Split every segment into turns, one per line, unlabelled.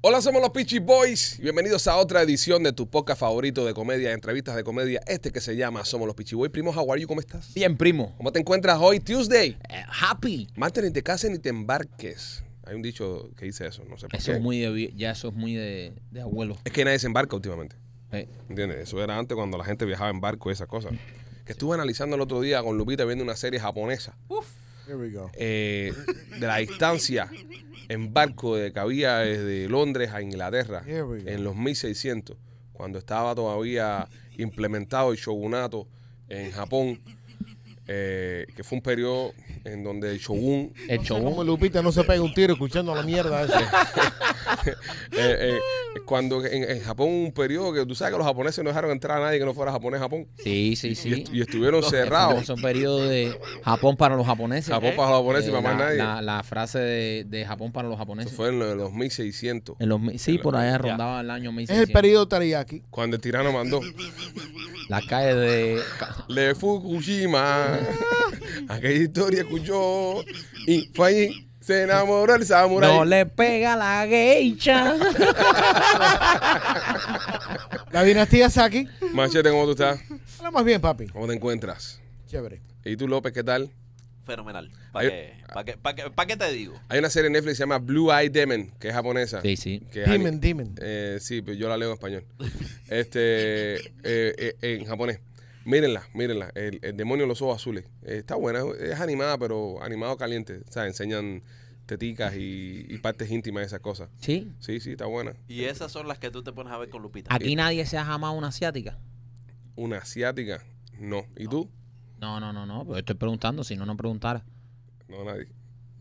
Hola, somos los Peachy Boys. Bienvenidos a otra edición de tu podcast favorito de comedia, entrevistas de comedia, este que se llama Somos los Peachy Boys. Primo, how are you? ¿Cómo estás?
Bien, primo.
¿Cómo te encuentras hoy, Tuesday?
Eh, happy.
Marte, ni te cases ni te embarques. Hay un dicho que dice eso, no sé por
Eso
qué.
es muy de, vie- ya eso es muy de, de abuelo.
Es que nadie se embarca últimamente.
Eh,
¿Entiendes? Eso era antes cuando la gente viajaba en barco y esas cosas. Que estuve analizando el otro día con Lupita viendo una serie japonesa
Here we go.
eh, de la distancia en barco de que había desde Londres a Inglaterra
Here we go.
en los 1600, cuando estaba todavía implementado el shogunato en Japón, eh, que fue un periodo en donde el shogun
el shogun.
Como Lupita no se pega un tiro escuchando la mierda esa.
Eh, eh, cuando en, en Japón un periodo que tú sabes que los japoneses no dejaron entrar a nadie que no fuera japonés a Japón
Sí, sí,
y,
sí.
est- y estuvieron cerrados.
Son periodos de Japón para los japoneses. ¿eh?
Japón para los japoneses y para
la,
más nadie.
La, la frase de, de Japón para los
Eso
japoneses.
fue en lo de los 1600
En los, mi- sí,
la-
por allá rondaba el año 1600.
Es el periodo Tariyaki.
cuando el tirano mandó
La calle de...
le Fukushima aquella historia escuchó y fue allí se enamoró el samurái
No le pega la geisha.
La dinastía Saki.
Machete, ¿cómo tú estás?
Habla más bien, papi.
¿Cómo te encuentras?
Chévere.
¿Y tú, López, qué tal?
Fenomenal.
Hay-
¿Para qué, pa' qué- pa' qué- pa' qué te digo?
Hay una serie en Netflix que se llama Blue Eye Demon, que es japonesa.
Sí, sí.
Que es ani-
Demon, demon.
Eh, sí, pero yo la leo en español. Este, eh, eh, en japonés. Mírenla, mírenla. El, el demonio de los ojos azules. Eh, está buena, es animada, pero animado caliente. O sea, enseñan teticas y, y partes íntimas de esas cosas.
Sí.
Sí, sí, está buena.
Y esas son las que tú te pones a ver con Lupita.
Aquí nadie se ha jamado una asiática.
Una asiática, no. ¿Y tú?
No, no, no, no. pero Estoy preguntando, si no, no preguntara.
No, nadie.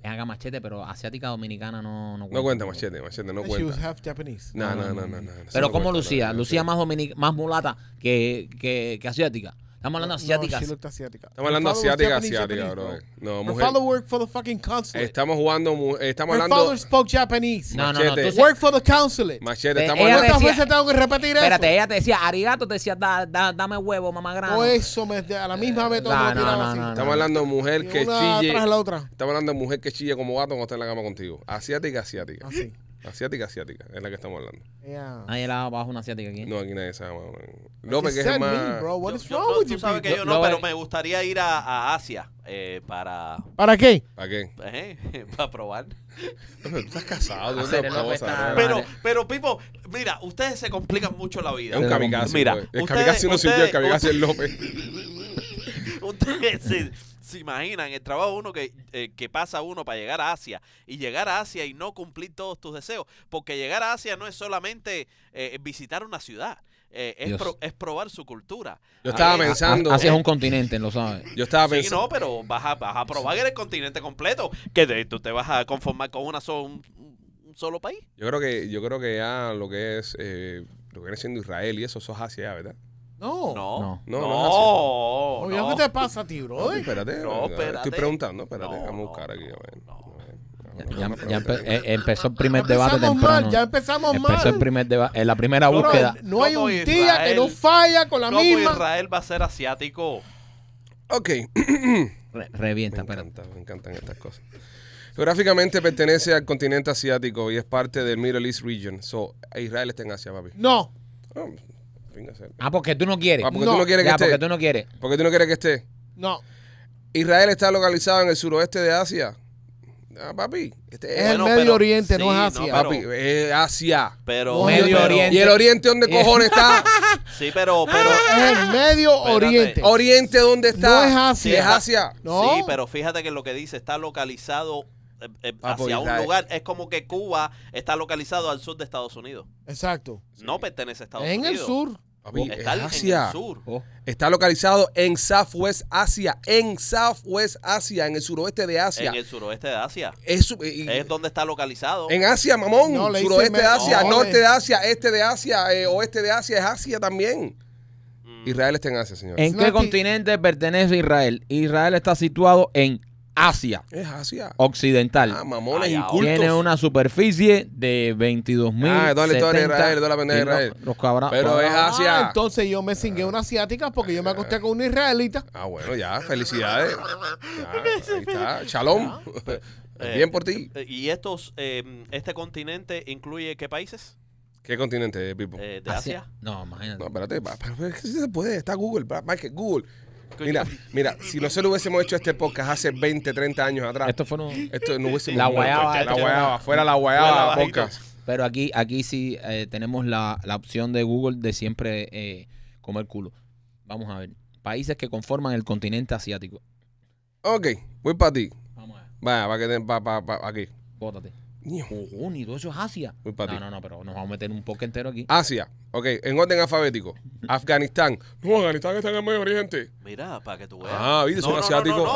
Es haga machete, pero asiática dominicana no
No cuenta, machete, machete, no
She was
cuenta.
half Japanese.
No, no, no, no. no, eso
Pero
no
¿cómo
cuenta,
lucía?
no, no,
lucía
no.
más dominic más mulata que, que, que asiática. Estamos hablando de asiática.
No, she looked asiática.
Estamos hablando
Her father was
asiática,
Japanese,
asiática,
Japanese,
bro. No,
Her
mujer.
father worked for the fucking consulate.
Estamos jugando, mu- eh, estamos
Her
hablando.
father spoke Japanese.
no, no, no.
machete.
tú se-
Worked for the consulate.
Machete,
Eh,
estamos
ella
hablando.
¿Cuántas
decía-
veces tengo que repetir eso?
espérate, ella te decía arigato, te decía da- da- dame huevo, mamá grande.
O eso, me, a la misma vez todo
no,
me lo tiraba
no,
así.
no, no.
Estamos hablando de mujer
Y
que
una
chille.
tras la otra.
Estamos hablando de mujer que chille como gato cuando está en la cama contigo. Asiática, asiática.
Así.
Asiática, asiática. Es la que estamos hablando.
Yeah.
Nadie la baja una asiática aquí.
No, aquí nadie sabe. mano. López, que
She
es el
said me,
más.
bro. What
Yo-
is
yo
wrong
no,
with
tú
you
sabes que
people?
yo
Lo-
no,
lo-
pero me gustaría ir a, a Asia eh, para,
¿Para qué?
¿Para qué?
eh, para probar.
López, tú estás casado. tú
Hacer
no
el
cosa,
López está-
¿no?
Pero,
Vale.
pero, Pipo, mira, ustedes se complican mucho la
Es
vida.
un
Pero-
kamikaze.
Mira,
Mira, el
ustedes-
kamikaze no sirvió, el
ustedes-
kamikaze es López.
Ustedes se, se imaginan el trabajo uno que, eh, que pasa uno para llegar a Asia y llegar a Asia y no cumplir todos tus deseos. Porque llegar a Asia no es solamente eh, visitar una ciudad, eh, es,
Dios.
pro- es probar su cultura. Eh,
Yo estaba
Ahí-
pensando.
Así es un continente, lo sabes.
Yo estaba
Sí,
pensando.
no, pero vas a, vas a probar el continente completo. Que de, tú te vas a conformar con una so- un, un solo país.
Yo creo que, yo creo que ya lo que es, eh, lo que viene siendo Israel y eso, sos Asia, ya, ¿verdad?
No.
No,
No.
no,
No,
no.
Oye, ¿qué te pasa, tío, bro?
No, espérate,
No, espérate.
Estoy preguntando, espérate.
No,
Vamos a
no,
buscar aquí.
no,
a ver.
no.
A ver.
Ya,
No, no,
ya
espérate.
empe- eh, empezó el primer
Ya
debate
empezamos
temprano.
mal, ya empezamos
empezó el
mal.
primer debate, la primera
Bro,
búsqueda.
no hay
Como
un día que
Israel.
no falla con la
¿Cómo
misma.
Israel va a ser asiático?
Ok,
Re- revienta,
me
espérate.
encanta, me encantan estas cosas. Geográficamente pertenece al continente asiático y es parte del Middle East Region. So, Israel está en Asia, papi.
No.
Oh, fíjate.
Ah, porque tú no quieres.
Ah, porque tú
No,
no quieres que
ya,
esté.
porque tú no quieres.
¿Por qué tú no quieres que esté?
No,
Israel está localizado en el suroeste de Asia. Ah, papi. Este es
Es el
Bueno,
Medio
pero-
Oriente, no
sí,
es
no,
Asia.
pero-
papi, es Asia.
Pero.
No,
pero-
Medio Oriente.
¿Y el oriente
Eh.
dónde cojones está?
Sí, pero. pero
es el Medio
Espérate.
Oriente.
¿Oriente dónde está?
No es Asia.
Es Asia.
No.
Sí, pero fíjate que lo que dice está localizado eh, eh,
Ah, pues,
hacia un
Israel.
lugar. Es como que Cuba está localizado al sur de Estados Unidos.
Exacto.
No pertenece a Estados
Es en
Unidos.
el sur.
Papi, es
Está en
Asia.
el sur.
Oh.
Está localizado en Southwest Asia, en Southwest Asia, en el suroeste de Asia.
En el suroeste de Asia.
Es su- y-
Es donde está localizado.
en Asia, mamón.
No, le hice
suroeste de
me-
Asia,
no,
norte
le-
de Asia, este de Asia, eh, oeste de Asia, es Asia también.
Mm.
Israel está en Asia, señor.
¿En qué
Snati-
continente pertenece Israel? Israel está situado en Asia
Es Asia.
Occidental.
Ah, mamones
Ay, ahora.
incultos.
Tiene una superficie de 22.000.
Ah, dale todo a Israel, dale la pendeja a Israel.
Los cabra-
Pero es
cabra-
Asia.
Ah, entonces yo me cingué una asiática porque yo me acosté con una israelita.
Ah, bueno, ya, felicidades. Ya, ahí está. Shalom.
Eh,
Bien por ti.
eh, ¿Y estos, eh, este continente incluye qué países?
¿Qué continente, Pipo?
Eh, ¿De Asia?
No, imagínate.
No, espérate, pa- pa- pa- es que sí se puede, está Google, pa- Michael, Google. Mira, mira, si nosotros hubiésemos hecho este podcast hace 20, 30 años atrás,
Esto fue un-
esto no hubiésemos
La
muerto.
guayaba,
la
esto-
guayaba, fuera la
Fuera
guayaba
bajito.
podcast.
Pero aquí, aquí sí eh, tenemos la, la opción de Google de siempre eh, comer culo. Vamos a ver. Países que conforman el continente asiático.
Ok, voy para ti.
Vamos a ver.
Vaya, para que te, pa, pa, pa, aquí.
Bótate.
Ño.
Cojón, y todo eso es Asia.
Voy pa'
no,
ti.
no, no, pero nos vamos a meter un poco entero aquí.
Asia, ok, en orden alfabético. Afganistán. No, Afganistán está en el Medio Oriente.
Mira, para que tú veas.
Ah, ¿viste? Son asiáticos.
No, no,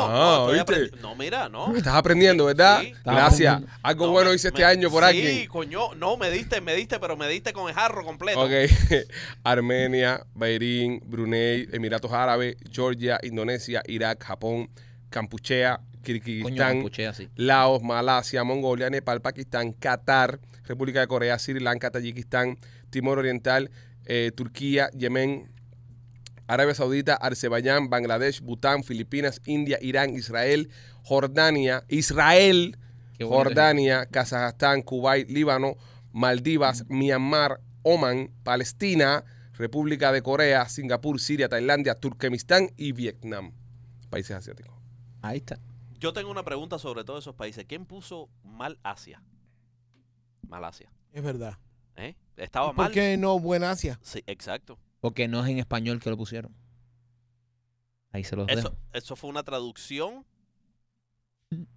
Ah,
estoy
¿viste?
aprendi- No, mira, no.
Estás aprendiendo, ¿verdad?
Sí.
Gracias.
Estamos-
Algo
No,
bueno
me-
hice este
me-
año por
sí,
alguien.
coño, no, me diste, me diste, pero me diste con el jarro completo.
Ok, Armenia, Bahrein, Brunei, Emiratos Árabes, Georgia, Indonesia, Irak, Japón, Campuchea,
Coño,
Kirguistán,
escuché así.
Laos, Malasia, Mongolia, Nepal, Pakistán, Qatar, República de Corea, Sri Lanka, Tayikistán, Timor Oriental, eh, Turquía, Yemen, Arabia Saudita, Azerbaiyán, Bangladesh, Bután, Filipinas, India, Irán, Israel, Jordania, Israel,
Qué bonito.
Jordania, Kazajstán, Kuwait, Líbano, Maldivas,
Mm.
Myanmar, Oman, Palestina, República de Corea, Singapur, Siria, Tailandia, Turkmenistán y Vietnam. Países asiáticos.
Ahí está.
Yo tengo una pregunta sobre todos esos países. ¿Quién puso mal Asia? Mal Asia.
Es verdad.
¿Eh? Estaba mal.
¿Por qué no Buena Asia?
Sí, exacto.
Porque no es en español que lo pusieron. Ahí se los
Eso,
dejo.
eso fue una traducción.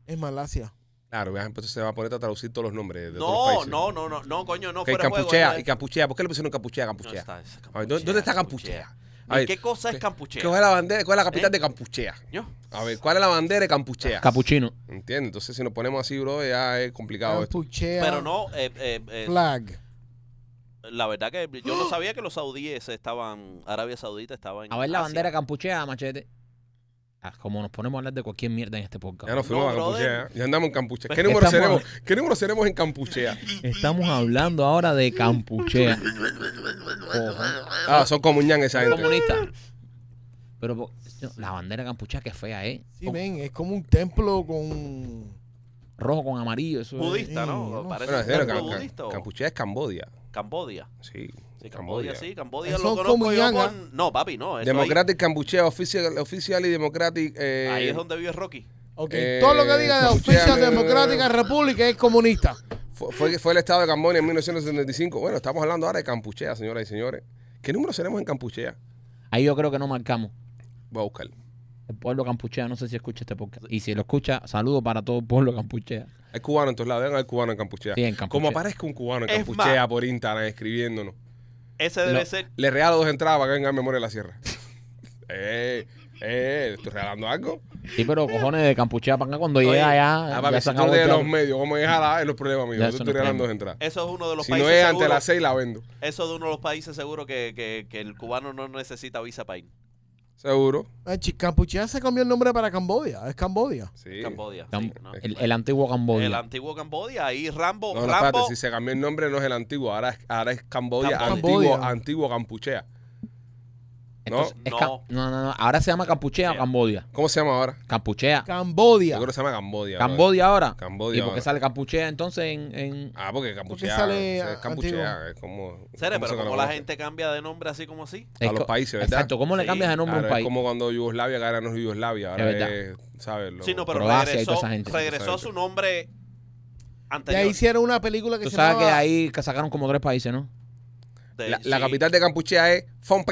Es Malasia.
Claro, ¿ves? entonces se va a poner a traducir todos los nombres de todos los
No,
países.
no, no, no, no, coño, no
Ok,
fuera de juego,
Campuchea,
no es-
y Campuchea. ¿Por qué le pusieron Campuchea,
no
Campuchea?
está esa
A ver, ¿dó- ¿dónde está
Campuchea?
Campuchea? A
¿Y
ver,
¿Qué cosa es
¿qué-
Campuchea?
¿cuál es la bandera? ¿Cuál es la capital
¿Eh?
de Campuchea?
Yo.
A ver, ¿cuál es la bandera de Campuchea?
Capuchino.
¿Entiendes? Entonces, si nos ponemos así, bro, ya es
Ah,
complicado
pues.
esto.
Campuchea.
Pero no, eh, eh, eh,
Flag.
la verdad que yo
¡Ah!
no sabía que los saudíes estaban, Arabia Saudita estaba en
A ver la
Asia.
bandera campuchea, machete. Ah, como nos ponemos a hablar de cualquier mierda en este podcast.
Ya nos fuimos
No,
a Campuchea. ¿eh? Ya andamos en Campuchea. ¿Qué
Pues,
número,
estamos-
seremos, ¿Qué número seremos en Campuchea?
Estamos hablando ahora de campuchea.
Ah, son comunión esa gente.
comunista. Pero po- no, la bandera campuchea que fea, ¿eh?
Sí,
Con-
ven, es como un templo con.
rojo con amarillo. Eso es-
Budista,
Sí,
¿no?
no
Parece
Bueno,
un
en serio,
templo
Cam- Cam-
budista o-
Campuchea es Cambodia.
Cambodia.
Sí,
Sí, Cambodia, sí, Cambodia
Eso
lo
es
conozco yo
Comuñanga.
con... No, papi, no. eso ahí-
Democratic Campuchea, oficial, oficial y democratic. eh,
Ahí es donde vive Rocky.
Ok,
Eh,
todo lo que diga de
Campuchea,
eh.
Oficial
no, no, no,
Democrática República es comunista.
Fue, fue, fue el estado de Cambodia en 1975. Bueno, estamos hablando ahora de Campuchea, señoras y señores. ¿Qué número seremos en Campuchea?
Ahí yo creo que no marcamos.
Voy a buscar.
El pueblo campuchea, no sé si escucha este podcast. Y si lo escucha, saludo para todo el pueblo campuchea.
Hay cubanos en todos lados. Vean, hay cubanos en Campuchea.
Sí, en Campuchea.
Como aparezca un cubano en
Es
Campuchea
más.
por Instagram escribiéndonos.
Ese debe
No.
ser...
Le regalo dos entradas para que venga en memoria de la sierra. eh, eh, ¿estoy regalando algo?
Sí, pero cojones de campuchea para acá cuando
Oye,
llega allá.
Ah,
ya
papi,
se
si
acabó
tú de
el
los
tema.
medios, ¿cómo es a es los problemas míos?
Ya,
Yo
eso
estoy
no es
regalando
problema.
dos entradas.
Eso es uno de los
Si no
países
es
seguro-
antes de las seis, la vendo.
Eso es uno de los países seguro que, que- que el cubano no necesita visa para ir.
Seguro.
Ah, chi- Campuchea se cambió el nombre para Cambodia. Es Cambodia.
Sí.
Cambodia. sí,
Cam-
¿no?
el, el antiguo Cambodia.
El antiguo Cambodia, ahí Rambo,
No, no, espérate,
Rambo,
si se cambió el nombre no es el antiguo, ahora es, ahora es Cambodia,
Cambodia.
antiguo, antiguo Campuchea.
Entonces,
no.
es Cam- no,
No.
no, no. Ahora se llama campuchea o
Cambodia.
Cambodia.
¿Cómo se llama ahora?
Campuchea.
Yo
Cambodia.
creo que se llama Cambodia. brother.
Cambodia ahora.
Cambodia.
¿Y por qué
ahora.
sale campuchea entonces en, en-
Ah, porque Campuchea.
sale
es Campuchea,
antiguo?
es como.
Sere,
se
pero como la
conoce?
gente cambia de nombre así como así.
A
es
los
co-
países, ¿verdad?
Exacto, ¿cómo le
Sí.
cambias el nombre
Claro,
a un
es
país?
como cuando Yugoslavia, que ahora no es Yugoslavia, ahora
Es
es. ¿Sabes? Lo-
Sí, no, pero
Croacia y toda
regresó,
esa gente.
regresó a su nombre
Ya
anterior.
hicieron una película que
Tú
se
sabes
llama.
que ahí que sacaron como tres países, ¿no?
De-
la, la
sí.
capital de Campuchea es Phnom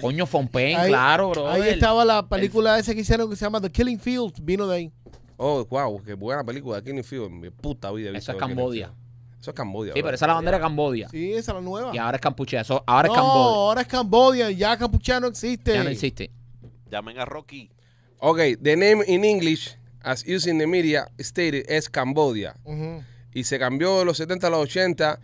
Coño, Fompen,
Ahí-
claro, bro.
Ahí estaba la película esa que hicieron que se llama The Killing Fields. Vino de ahí.
Oh, wow, qué buena película. Killing Field, mi puta vida. he visto
Eso es
Killing
Cambodia.
Field. Eso es Cambodia.
Sí,
bro.
pero esa es la bandera de Cambodia.
Sí, esa es la nueva.
Y ahora es Campuchea. Eso, ahora
no,
es Cambodia.
ahora es Cambodia. Ya Campuchea no existe.
Ya no existe.
Llamen a Rocky.
Ok, the name in English, as used in the media, stated es Cambodia.
Ujú.
Y se cambió de los 70 a los 80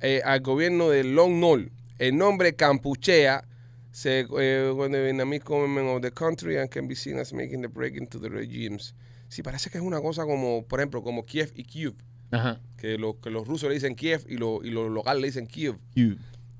eh, al gobierno de Long Nol. El nombre Campuchea se eh, when the Vietnamese government of the country and can be seen as making the break into the regimes. Sí, parece que es una cosa como, por ejemplo, como Kiev y Kiev,
Ajá.
que, los que los rusos le dicen Kiev y, lo- y los locales le dicen Kiev.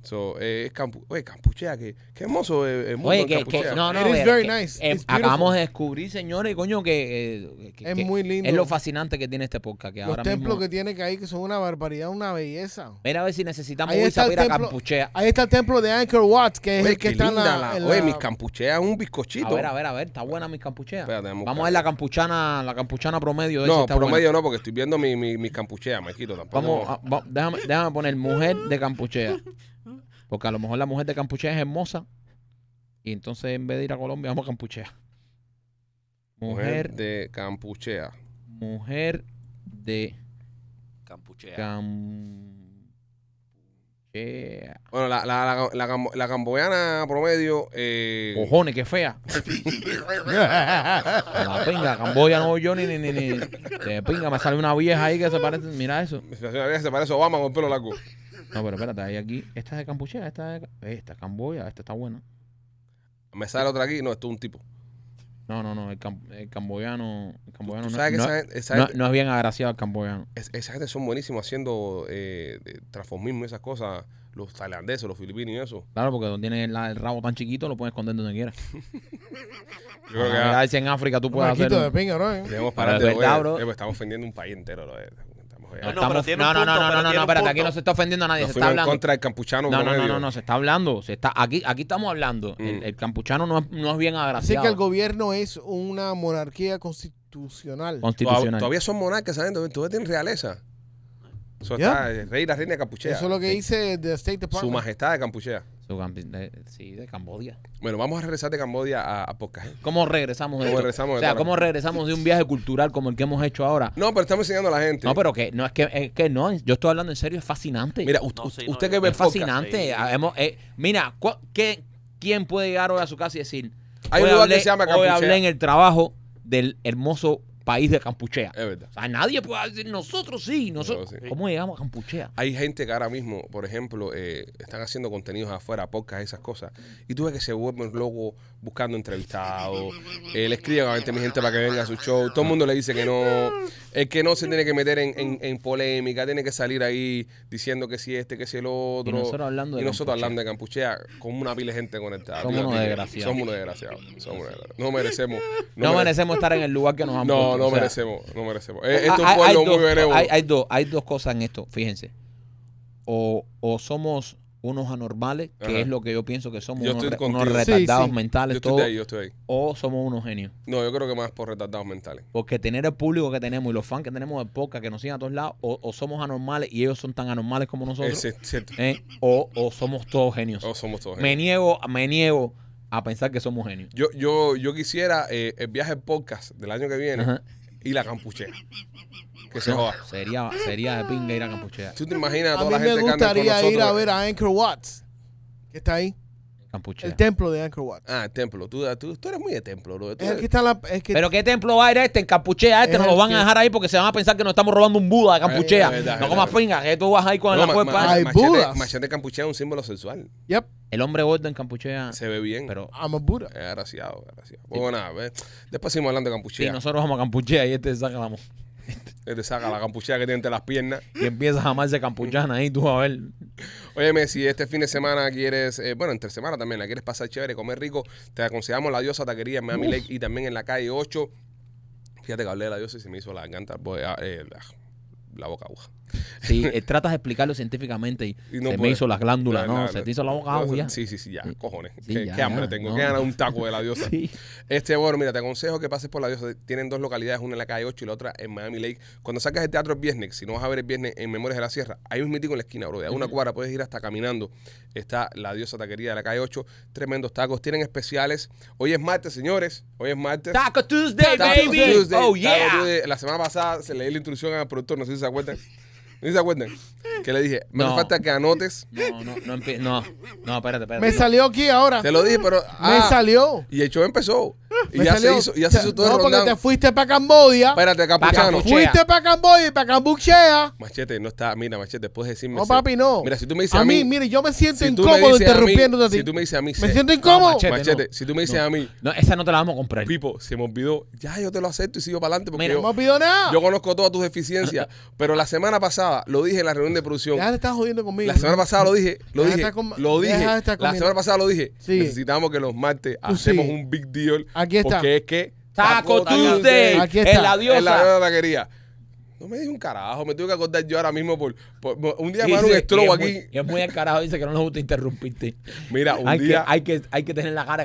So, eh, es campu oye, Campuchea, que, qué hermoso es el mundo
Oye,
del
que, que-
Campuchea.
no, no,
It is
que-
very
que-
nice.
eh,
It's beautiful.
acabamos de descubrir, señores, coño, que, eh, que-
Es
que
muy lindo.
es lo fascinante que tiene este podcast. Que
Los
ahora
templos
mismo,
que tiene que hay que son una barbaridad, una belleza.
Mira a ver si necesitamos
Ahí
visa
está el
para ir a
templo.
Campuchea.
Ahí está el templo de Anchor Wat, que es
Oye,
el que
qué
está en
linda
la,
la-
en
Oye,
la-
mis Campucheas, un bizcochito.
A ver, a ver, a ver, está buena mis campucheas.
Espérate, vamos a
Vamos a
buscar.
ver la campuchana, la campuchana promedio. de si
no,
está buena.
promedio no, porque estoy viendo mi, mi, mi Campuchea, Maikito, tampoco.
Vamos, a- va- déjame, déjame poner mujer de campuchea. Porque a lo mejor la mujer de campuchea es hermosa. Y entonces en vez de ir a Colombia, vamos a campuchea.
Mujer
Mujer,
de Campuchea.
mujer de
Campuchea.
campuchea.
Bueno, la, la, la, la, gambo- la camboyana promedio. Eh,
Cojones, qué fea. A la pinga, Camboya no voy yo ni, ni, ni, ni. De pinga, me sale una vieja ahí que se parece. Mira eso.
la señora vieja se parece a Obama con el pelo largo.
No, pero espérate, hay aquí. Esta es de Campuchea, esta es de. eh, Esta es Camboya, esta está buena.
Me sale otra aquí. No, esto es un tipo.
No, no, no, el, cam- el camboyano. El camboyano
¿Tú
no,
sabes que
no-
esa, gente- esa
no-
gente,
no es bien agraciado el camboyano.
es- esa gente son buenísimos haciendo eh, de- transformismo y esas cosas? Los tailandeses, los filipinos y eso.
Claro, porque donde tiene la- el rabo tan chiquito lo puedes esconder donde quieras.
Yo creo que
Ah, mira,
ya
a ver si en África tú puedes
Marquito de
hacerlo.
pinga, bro. eh.
debemos
Para
parar
de
de
verdad, bro.
pues, Estamos ofendiendo un país entero. bro. Estamos allá.
No,
No,
Nos
pero
estamos-
tiene
no,
un
no, no,
punto,
no,
pero
no,
tiene un
espérate,
punto.
aquí no se está ofendiendo a nadie, se está
fuimos en
hablando.
contra del campuchano.
No, no,
promedio.
no, no, no, se está hablando, se está aquí, aquí estamos hablando. El,
Mm.
el campuchano no, es- no es bien
Así
agraciado.
que el gobierno es una monarquía
Todavía,
constitucional.
Constitucional.
todavía son monarcas, ¿saben? Todavía todavía tienen realeza. Eso
Ya.
está, el rey y la reina de Campuchea.
Eso es lo que
Sí.
dice The State
Su
Department.
majestad de Campuchea.
Su campi- de- sí, de Cambodia.
Bueno, vamos a regresar de Cambodia a, a podcast.
¿Cómo regresamos de
¿Cómo
esto?
regresamos de
O sea,
todo?
¿cómo regresamos de un viaje cultural como el que hemos hecho ahora?
No, pero estamos enseñando a la gente.
No, pero que no es que, es que no, yo estoy hablando en serio, es fascinante.
Mira, u-
No,
u-
sí, no,
usted
yo-
que ve
es
podcast.
fascinante.
sí.
Ah, hemos- eh, mira, cu- ¿qué- ¿quién puede llegar hoy a su casa y decir,
Hay
hoy
un lugar
hablé-
que se llama
hoy
Campuchea.
hablé en el trabajo del hermoso país de Campuchea?
Es verdad.
O sea, nadie puede decir, nosotros sí, nosotros.
Nosotros sí.
¿Cómo llegamos a Campuchea?
Hay gente que ahora mismo, por ejemplo, eh, están haciendo contenidos afuera, podcast, esas cosas. Y tú ves que se vuelven locos buscando entrevistados. Eh, le escriben a gente, mi gente para que venga a su show. Todo el mundo le dice que no. El que no se tiene que meter en, en- en polémica, tiene que salir ahí diciendo que si este, que si el otro.
Y nosotros hablando de
Y nosotros
Campuchea.
hablando de Campuchea, con una pila de gente conectada.
Somos
Fíjate
unos
que
desgraciados.
Somos unos desgraciados. Somos unos desgraciados. No merecemos.
No,
mere-
merecemos estar en el lugar que nos han puesto,
No,
o
no
sea.
merecemos, no merecemos. Eh, Esto es
Ah,
un
hay- hay
pueblo muy
dos-
benévolo.
Hay, hay dos, hay dos cosas en esto, fíjense. O, o somos unos anormales, que
Ajá.
es lo que yo pienso que somos,
Yo
unos,
estoy
re-
contigo.
unos
Sí,
retardados
sí.
Yo
mentales,
estoy
todo,
de ahí, yo estoy de ahí.
o somos unos genios.
No, yo creo que más por retardados mentales.
Porque tener el público que tenemos y los fans que tenemos de podcast que nos siguen a todos lados, o, o somos anormales y ellos son tan anormales como nosotros,
Ese es cierto.
¿eh? o, o somos todos genios.
Oh, somos todos.
me niego, me niego a pensar que somos genios.
Yo, yo, yo quisiera eh, el viaje al podcast del año que viene
Ajá.
y la campuchea. Que se
No,
joda.
sería, sería de pinga ir a Campuchea.
¿Tú te imaginas a
A
toda
mí
la gente
me
que anda con
gustaría ir a
nosotros? eh.
ver a Anchor Wat, que está ahí.
Campuchea.
El templo de Anchor Wat.
Ah, el templo. Tú, tú, tú eres muy de templo, bro. Tú
Es el
eres-
que está la... Es que
Pero qué templo va a ir este en Campuchea, este
Es
nos lo
el
van a
que-
dejar ahí porque se van a pensar que nos estamos robando un Buda de Campuchea.
Eh, es verdad, es
no comas
verdad.
pingas, que tú vas ahí con
No,
la
ma- ma-
cuerpa.
Ay,
machete-
Budas.
Machete campuchea es un símbolo sexual.
Yep,
El hombre gordo en Campuchea.
Se ve bien.
Pero
I'm a Buddha.
Es agraciado, agraciado. Bueno, nada, ve. después seguimos hablando de
si
campuchea.
nosotros vamos a Campuchea y este saca la mo-
Él te saca la campuchea que tiene entre las piernas.
y empiezas a amarse campuchana ahí, tú a ver.
Óyeme, si este fin de semana quieres, eh, bueno, entre semana también, la quieres pasar chévere, comer rico, te aconsejamos la diosa taquería en Miami Lake y también en la calle 8. Fíjate que hablé de la diosa y se me hizo la garganta, voy a- eh, la, la boca aguja.
Si eh, tratas de explicarlo científicamente y,
Y no
se me
puede.
hizo las
La-
glándulas, ¿no?
la-
se
la-
te hizo la boca agua ya.
Sí, sí, sí, ya, cojones.
Sí,
qué,
ya,
qué hambre
ya,
tengo,
no.
qué gana un taco de la diosa.
Sí.
Este, bueno, mira, te aconsejo que pases por la diosa. Tienen dos localidades, una en la calle 8 y la otra en Miami Lake. Cuando sacas el teatro el viernes, si no vas a ver el viernes en Memorias de la Sierra, hay un mítico en la esquina, bro. De a una cuadra puedes ir hasta caminando. Está la diosa taquería de la calle 8. Tremendos tacos. Tienen especiales. Hoy es martes, señores. Hoy es martes.
Taco Tuesday,
Taco
baby.
Tuesday,
oh,
Taco
yeah.
Tuesday. La semana pasada se leí la instrucción al productor, no sé si se acuerdan. ¿No se acuerdan? Que le dije, me hace
No.
falta que anotes.
No, no, no, empie- no, no, espérate, espérate.
Me salió aquí ahora.
Te lo dije, pero...
Me
ah,
salió.
Y el show empezó. Y
Me
ya se
salió-
hizo, ya se hizo todo
No,
el
porque
rundown.
te fuiste para Cambodia.
Espérate, Capuchano.
Pacapuche.
Fuiste para Cambodia y para Cambuchea.
Machete, no está. Mira, Machete, puedes decirme.
No,
si-
papi, no.
Mira, si tú me dices
a
a
mí,
mí.
mire, yo me siento
si tú me
incómodo
dices a mí-
interrumpiéndote a ti.
Si tú me dices a mí.
me
se-
siento incómodo.
machete.
Machete,
no.
si tú me dices
No.
a mí,
No, esa no te la vamos a comprar.
Pipo, se me olvidó. Ya, yo te lo acepto y sigo para adelante porque
Mira,
yo,
No me pido nada.
yo conozco todas tus deficiencias. pero la semana pasada lo dije en la reunión de producción.
Ya te estás jodiendo conmigo.
La semana pasada lo dije, lo
Deja de
dije,
estar con-
lo
deja
dije.
de estar
La
comiendo.
semana pasada lo dije.
Sí.
Necesitamos que los martes
Tú
hacemos
sí.
un big deal.
Aquí está.
Porque es que
Taco
Tuesday,
Tuesday.
Aquí está.
En la
Es la
diosa.
nueva taquería. No me dije un carajo, me tuve que acordar yo ahora mismo por, por- por- un día me
Dice-
mandaron un
y
estrobo
es
aquí.
muy- y es muy encarado, dice que no nos gusta interrumpirte.
Mira, un
hay,
día
que, hay, que, hay que tener la cara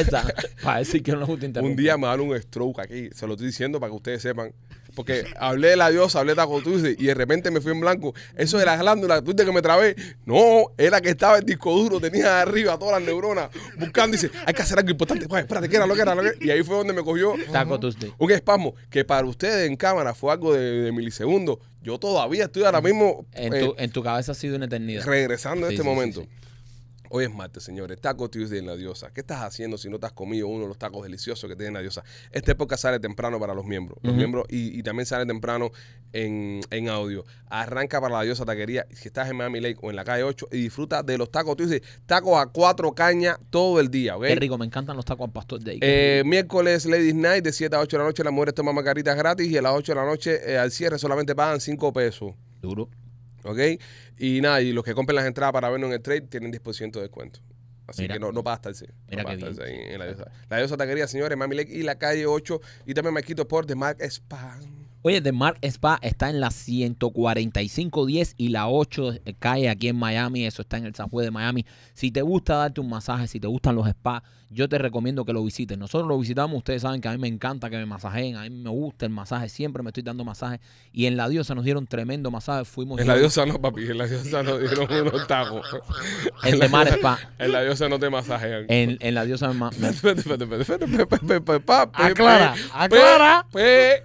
esa para decir que no nos gusta interrumpir.
Un día me dan un stroke aquí, se lo estoy diciendo para que ustedes sepan. Porque hablé de la diosa, hablé de Taco Tuesday y de repente me fui en blanco. Eso de las glándulas, tú te que me trabé. No, era que estaba el disco duro, tenía arriba todas las neuronas buscando y dice, hay que hacer algo importante. Pues, espérate, ¿qué era lo que era? Lo que era? Y ahí fue donde me cogió
Taco Tuesday.
un espasmo que para ustedes en cámara fue algo de, de milisegundos. Yo todavía estoy ahora mismo
En
eh,
tu, en tu cabeza ha sido una eternidad.
regresando en
Sí,
este
sí, sí,
momento.
sí.
Hoy es martes, señores. Taco Tuesday en la diosa. ¿Qué estás haciendo si no te has comido uno de los tacos deliciosos que tiene la diosa? Esta época sale temprano para los miembros. Los
Ujú.
miembros y, y también sale temprano en, en audio. Arranca para la diosa taquería si estás en Miami Lake o en la calle 8 y disfruta de los tacos Tuesday. Tacos a cuatro cañas todo el día, ¿ok?
Qué rico, me encantan los tacos al pastor de ahí.
Eh, miércoles Ladies Night de 7 a 8 de la noche las mujeres toman margaritas gratis y a las 8 de la noche eh, al cierre solamente pagan 5 pesos.
Duro.
¿Ok? Y nada, y los que compren las entradas para vernos en el trade tienen 10% de descuento. Así
Mira.
que no, no bastarse.
Mira qué bien.
en, en la diosa. La diosa taquería, señores, Mami Lake y la calle 8. Y también me quito por The Mark Spa.
Oye, The Mark Spa está en la 14510 y la 8 calle aquí en Miami. Eso está en el San Juan de Miami. Si te gusta darte un masaje, si te gustan los spas, yo te recomiendo que lo visites. Nosotros lo visitamos, ustedes saben que a mí me encanta que me masajeen. A mí me gusta el masaje, siempre me estoy dando masaje. Y en la diosa nos dieron tremendo masaje. Fuimos
En la diosa no, papi. En la diosa no dieron unos tacos.
en The Mark Spa.
En la diosa no te masajean.
En, en la diosa ma- ma-
Espérate, espérate, espérate, espérate, pe- pe- pe- pa- pe-
Aclara,
pe-
aclara.
pe- pe-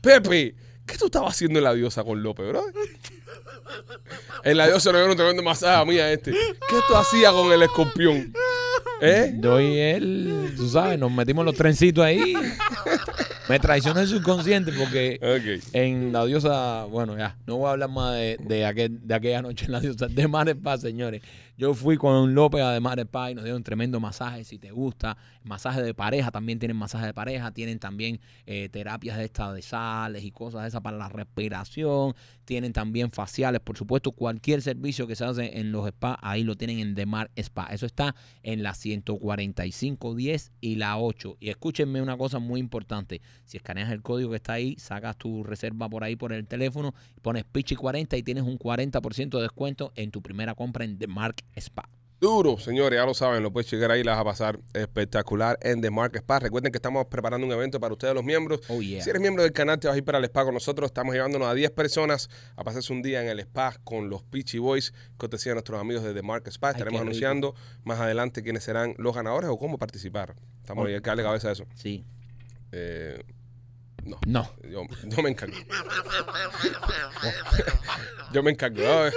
Pepe, ¿qué tú estabas haciendo en la diosa con López, bro? En la diosa le dieron un tremendo masaje a mí a este. ¿Qué tú hacías con el escorpión? ¿Eh?
Doy el, tú sabes, nos metimos los trencitos ahí. Me traicionó el subconsciente porque
Ok.
en la diosa, bueno, ya, no voy a hablar más de, de, aquel- de aquella noche en la diosa de Mar Spa, señores. Yo fui con López a de Mar Spa y nos dieron tremendo masaje, si te gusta. Masaje de pareja, también tienen masaje de pareja, tienen también eh, terapias de estas de sales y cosas de esas para la respiración. Tienen también faciales, por supuesto, cualquier servicio que se hace en los spas, ahí lo tienen en The Mar Spa. Eso está en la 145, 10 y la 8. Y escúchenme una cosa muy importante. Si escaneas el código que está ahí, sacas tu reserva por ahí por el teléfono, pones Pichi40 y tienes un 40% de descuento en tu primera compra en The Mark Spa.
Duro, señores, ya lo saben, lo puedes llegar ahí, las vas a pasar espectacular en The Market Spa. Recuerden que estamos preparando un evento para ustedes los miembros.
Oh, yeah.
Si eres miembro del canal, te vas a ir para el spa con nosotros. Estamos llevándonos a 10 personas a pasarse un día en el spa con los Peachy Boys, cortesía de nuestros amigos de The Mark Spa. Estaremos
qué rico.
anunciando más adelante quiénes serán los ganadores o cómo participar. Estamos
Ok.
ahí, hay que darle cabeza a eso.
Sí.
Eh, no,
No.
yo, yo me encargo. yo me encargo. ay,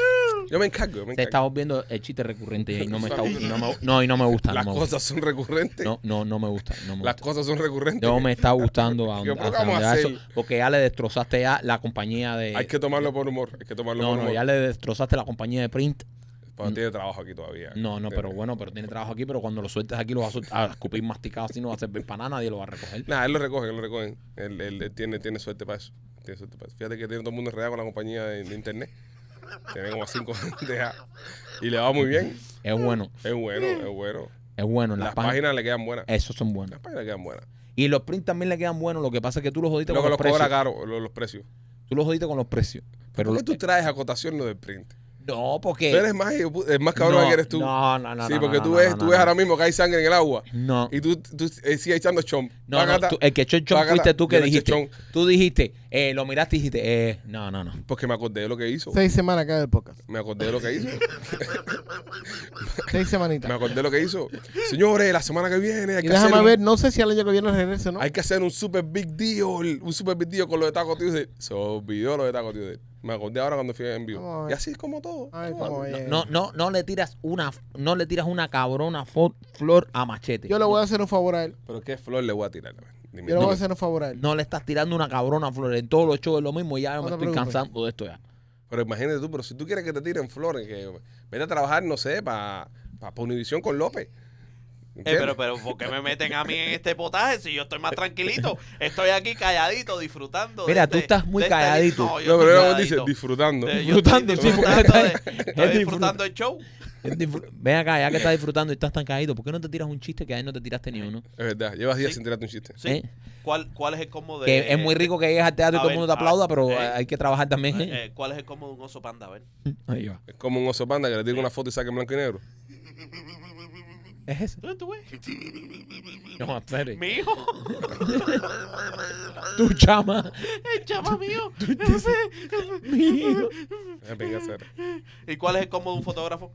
Yo me encargo, yo me
Te
encargo.
estás viendo el chiste recurrente y no me, está, y no me, no, y no me gusta.
Las
No me gusta.
cosas son recurrentes.
No, no, no me gusta. No me
Las
gusta.
cosas son recurrentes.
No me está gustando a donde-
Yo creo que
hasta
vamos a
donde va eso,
hacer-
porque ya le destrozaste ya la compañía de...
Hay que tomarlo por humor. Hay que tomarlo
no,
por
no,
humor.
ya le destrozaste la compañía de print.
Pero tiene trabajo aquí todavía.
No, no,
Tiene-
pero bueno, pero tiene trabajo aquí, pero cuando lo sueltes aquí lo vas a, sol- a escupir masticado así, no va a servir para nada, nadie lo va a recoger.
Nah, él lo recoge, él lo recoge. Él, él- él tiene, tiene suerte para eso. Tiene suerte para eso. Fíjate que tiene todo el mundo enredado con la compañía de, de internet. Tiene como a cinco gente ya. Y le va muy bien.
Es bueno,
Es bueno, es bueno.
es bueno.
Las,
Las, páginas,
páginas le quedan buenas.
esos son
Las
buenos.
páginas le quedan buenas.
Y los prints también le quedan buenos, lo que pasa es que tú los jodiste
Lo que
con
los
los
cobra
precios.
caro, lo- los precios.
Tú los jodiste con los precios. Pero
¿Por qué
lo-
tú traes acotación lo del print?
No, porque...
Tú eres más, el más cabrón
Eh. no,
que eres tú.
No, no, no.
sí,
no,
porque
no,
tú
no,
ves,
no,
tú
no,
ves
no.
ahora mismo que hay sangre en el agua.
No.
Y tú, tú eh, sigues echando chomp.
No, no,
Págata.
tú- eh. el que echó el chon
Págata.
fuiste tú que
Yo no eché
dijiste.
chon.
Tú dijiste, eh, lo miraste y dijiste, eh, no, no, no.
Porque me acordé de lo que hizo.
Seis semanas acá del podcast.
Me acordé de lo que hizo.
Seis
Me
semanitas.
acordé de lo que hizo. Señores, la semana que viene hay
Y
que, hacer
déjame
un,
ver, no sé si al año que viene regrese, ¿no?
hay que hacer un super big deal. Un super big deal con lo de Taco Tuesday. Se olvidó lo de Taco Tuesday. Me acordé ahora cuando fui en
Vamos a
vivo.
ver.
Y así es como todo.
Ay,
Todo.
como es.
No, no, no le tiras una, no le tiras una cabrona fo- flor a machete.
Yo le voy a hacer un favor a él.
Pero qué flor le voy a tirar. a ver. Ni me-
Yo le voy
no.
a hacer un favor a él.
No le estás tirando una cabrona flor. En todos los shows es lo mismo. y Ya
No
me
te
estoy
preocupes.
cansando de esto ya.
Pero imagínate tú, pero si tú quieres que te tiren flores, que vete a trabajar, no sé, para pa, pa Univisión con López.
Eh,
¿Entiendes?
pero, pero, ¿por qué me meten a mí en este potaje si yo estoy más tranquilito? Estoy aquí calladito, disfrutando. de
Mira, tú
este-
estás muy
de esta-
calladito.
No, yo
No,
estoy
pero luego dice,
calladito.
disfrutando.
Eh, yo estoy
Disfrutando, sí, porque
disfrutando
está-
de-
está
estoy
disfrutando.
disfrutando el show.
Es disfr- Ven acá, ya que estás disfrutando y estás tan caído, ¿por qué no te tiras un chiste que ahí no te tiraste ni uno?
Es verdad, llevas días
Sí.
sin tirarte un chiste.
Sí.
¿Eh?
¿Cuál, ¿Cuál es el combo de.?
Que es muy rico que llegues al teatro y
a
todo
ver,
el mundo te
ah,
aplauda, pero
eh,
hay que trabajar también. ¿eh?
eh, ¿Cuál es el combo de un oso panda? A ver.
Ahí va.
Es como un oso panda que le tira una foto y saca en blanco y negro.
¿Es eso?
¿Tú, tú, ves?
No, en serio.
Mi hijo.
Tu chama.
El chama mío. No sé.
Es venganza.
¿Y cuál es el combo de un fotógrafo?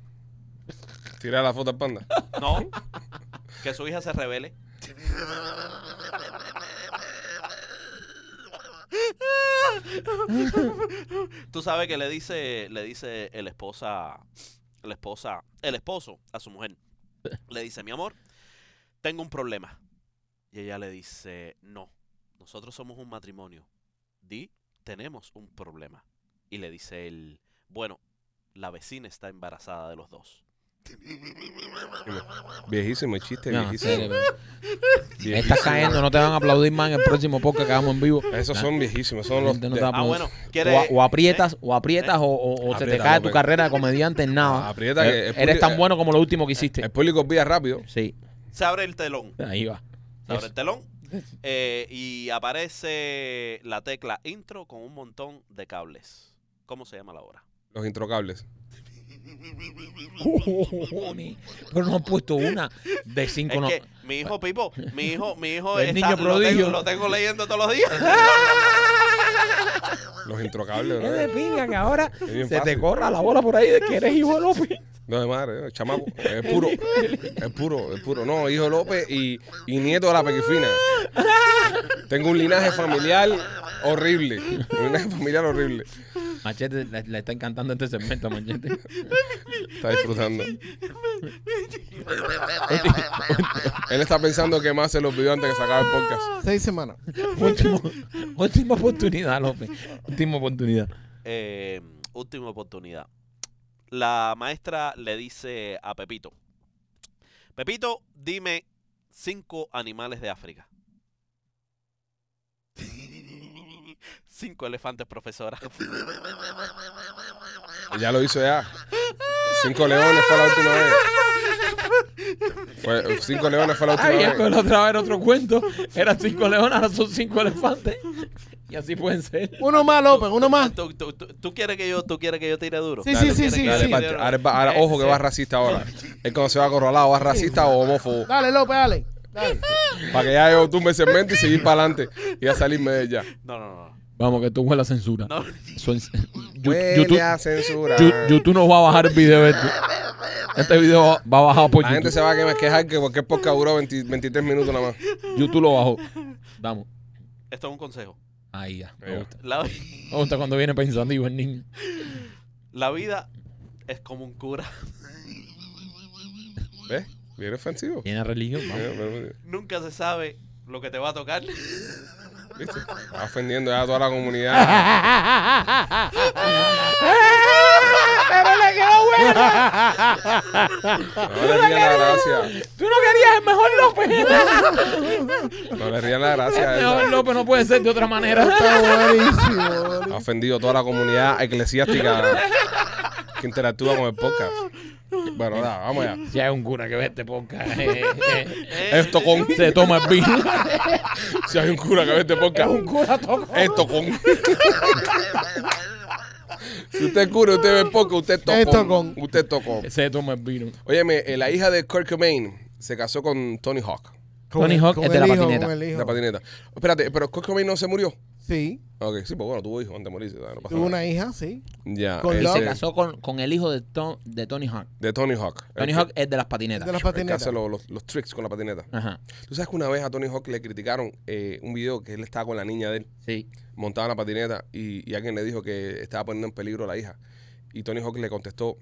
Tirar la foto al panda.
No. Que su hija se revele. Tú sabes que le dice, le dice el esposa, la esposa, el esposo a su mujer. Le dice, mi amor, tengo un problema. Y ella le dice, no, nosotros somos un matrimonio. Di, tenemos un problema. Y le dice él, bueno, la vecina está embarazada de los dos.
Viejísimo el chiste,
No, en
viejísimo.
serio, pero-
Viejísimo.
Estás cayendo, no te van a aplaudir más en el próximo podcast que hagamos en vivo.
Esos son viejísimos,
La
son los.
gente no
de-
te va a
Ah,
aplaudir.
bueno,
O,
quiere.
a- o aprietas, o aprietas, o, o- o se te
Aprieta,
cae tu
López.
carrera de comediante en nada.
Ah, aprieta que
Eh,
es
Eres
puli-
tan
eh,
bueno como lo último que hiciste.
El público pide rápido.
Sí,
eh, Se abre el telón.
ahí va.
Se abre el telón. eh, y aparece la tecla intro con un montón de cables. ¿Cómo se llama la obra?
Los introcables.
Cojones, Pero no has puesto una de cinco.
Es
no.
que mi hijo Pipo, mi hijo, mi hijo
El
está-
niño
lo,
prodigio.
tengo, lo tengo leyendo todos los días.
Los introcables,
Es de
¿no?
pinga que ahora
Es bien
se te
fácil.
corra la bola por ahí de que eres hijo de López.
No de madre, ¿eh? chamaco. Es puro. Es puro, es puro. No, hijo López y, y nieto de la pequifina. Tengo un linaje familiar horrible. Un linaje familiar horrible.
Machete le, le está encantando este segmento, Machete.
Está disfrutando. Él está pensando que más se los pidió antes que se acabe el podcast.
Seis semanas.
Último- última oportunidad, López. Última oportunidad.
Eh, última oportunidad. La maestra le dice a Pepito: Pepito, dime cinco animales de África. cinco elefantes, profesora.
Ya lo hizo ya. Cinco leones fue la última vez. Fue- cinco leones fue la última
Ay, ya
vez.
con la otra vez otro cuento. Eran cinco leones, ahora son cinco elefantes. Y así pueden ser.
Uno más, López, uno más.
¿Tú, tú, tú- tú quieres que yo, ¿Tú quieres que yo tire duro?
Sí,
¿Tú
sí, sí,
quieres
sí,
que yo
Dale,
tire
parte.
duro?
Ahora, va- ahora,
Eh,
ojo que
sí.
va racista ahora. Él cuando se va acorralado va racista o homófobo.
Dale, López, dale. Dale.
Para que ya yo tumbe el segmento y seguir para adelante. Y a salirme de ella.
No, no,
Vamos, que tú huele a censura.
no. no.
Eso es- Yu-
Huele a
YouTube,
censura.
Yu- YouTube no va a bajar el video este. Este video va va bajado por
La gente
YouTube.
se va a que- quejar que cualquier podcast duró 20 23 minutos nada más.
YouTube lo bajó. Vamos.
Esto es un consejo.
Ahí ya.
Ahí
Me
va.
gusta.
La,
Me gusta cuando viene pensando y el niño.
la vida es como un cura.
¿Ves? Bien ofensivo.
Viene a religión. Vamos.
Bien, bien,
Nunca se sabe lo que te va a tocar.
bien. ¿Viste? Está ofendiendo ya a toda la comunidad. No le rían la gracia.
Tú no querías el mejor López. ¿eh?
No le rían la gracia. a
El
él.
mejor López no puede ser de otra manera.
Está buenísimo,
Ha
buenísimo.
ofendido a toda la comunidad eclesiástica que interactúa con el podcast. Bueno, nada, vamos allá.
Ya es un cura que
este
vete, porca.
eh, Esto con.
Se toma el vino.
Si hay un cura que ve este podcast.
Un cura toca.
Esto con. si usted es cura, usted ve el podcast, usted tocó.
Es tocón.
Usted tocó.
Se toma el vino.
Óyeme, eh, la hija de Kurt Cobain se casó con Tony Hawk,
Tony Hawk
Con
es de
el
la
hijo,
patineta.
con el hijo.
la patineta. Espérate, pero Kurt Cobain no se murió.
Sí.
Ok, sí, pues bueno, tuvo hijos antes de morirse. ¿sabes? No pasa
Tuvo
nada.
una hija, sí.
Ya,
con
ese-
Love.
Se casó con, con el hijo de, Tom- de Tony Hawk.
De Tony Hawk.
Tony
El que-
Hawk es de las patinetas.
De las
El que
patinetas.
hace los, los- los tricks con la patineta.
Ajá.
Tú sabes que una vez a Tony Hawk le criticaron eh, un video que él estaba con la niña de él,
Sí.
montada en la patineta, y, y alguien le dijo que estaba poniendo en peligro a la hija. Y Tony Hawk le contestó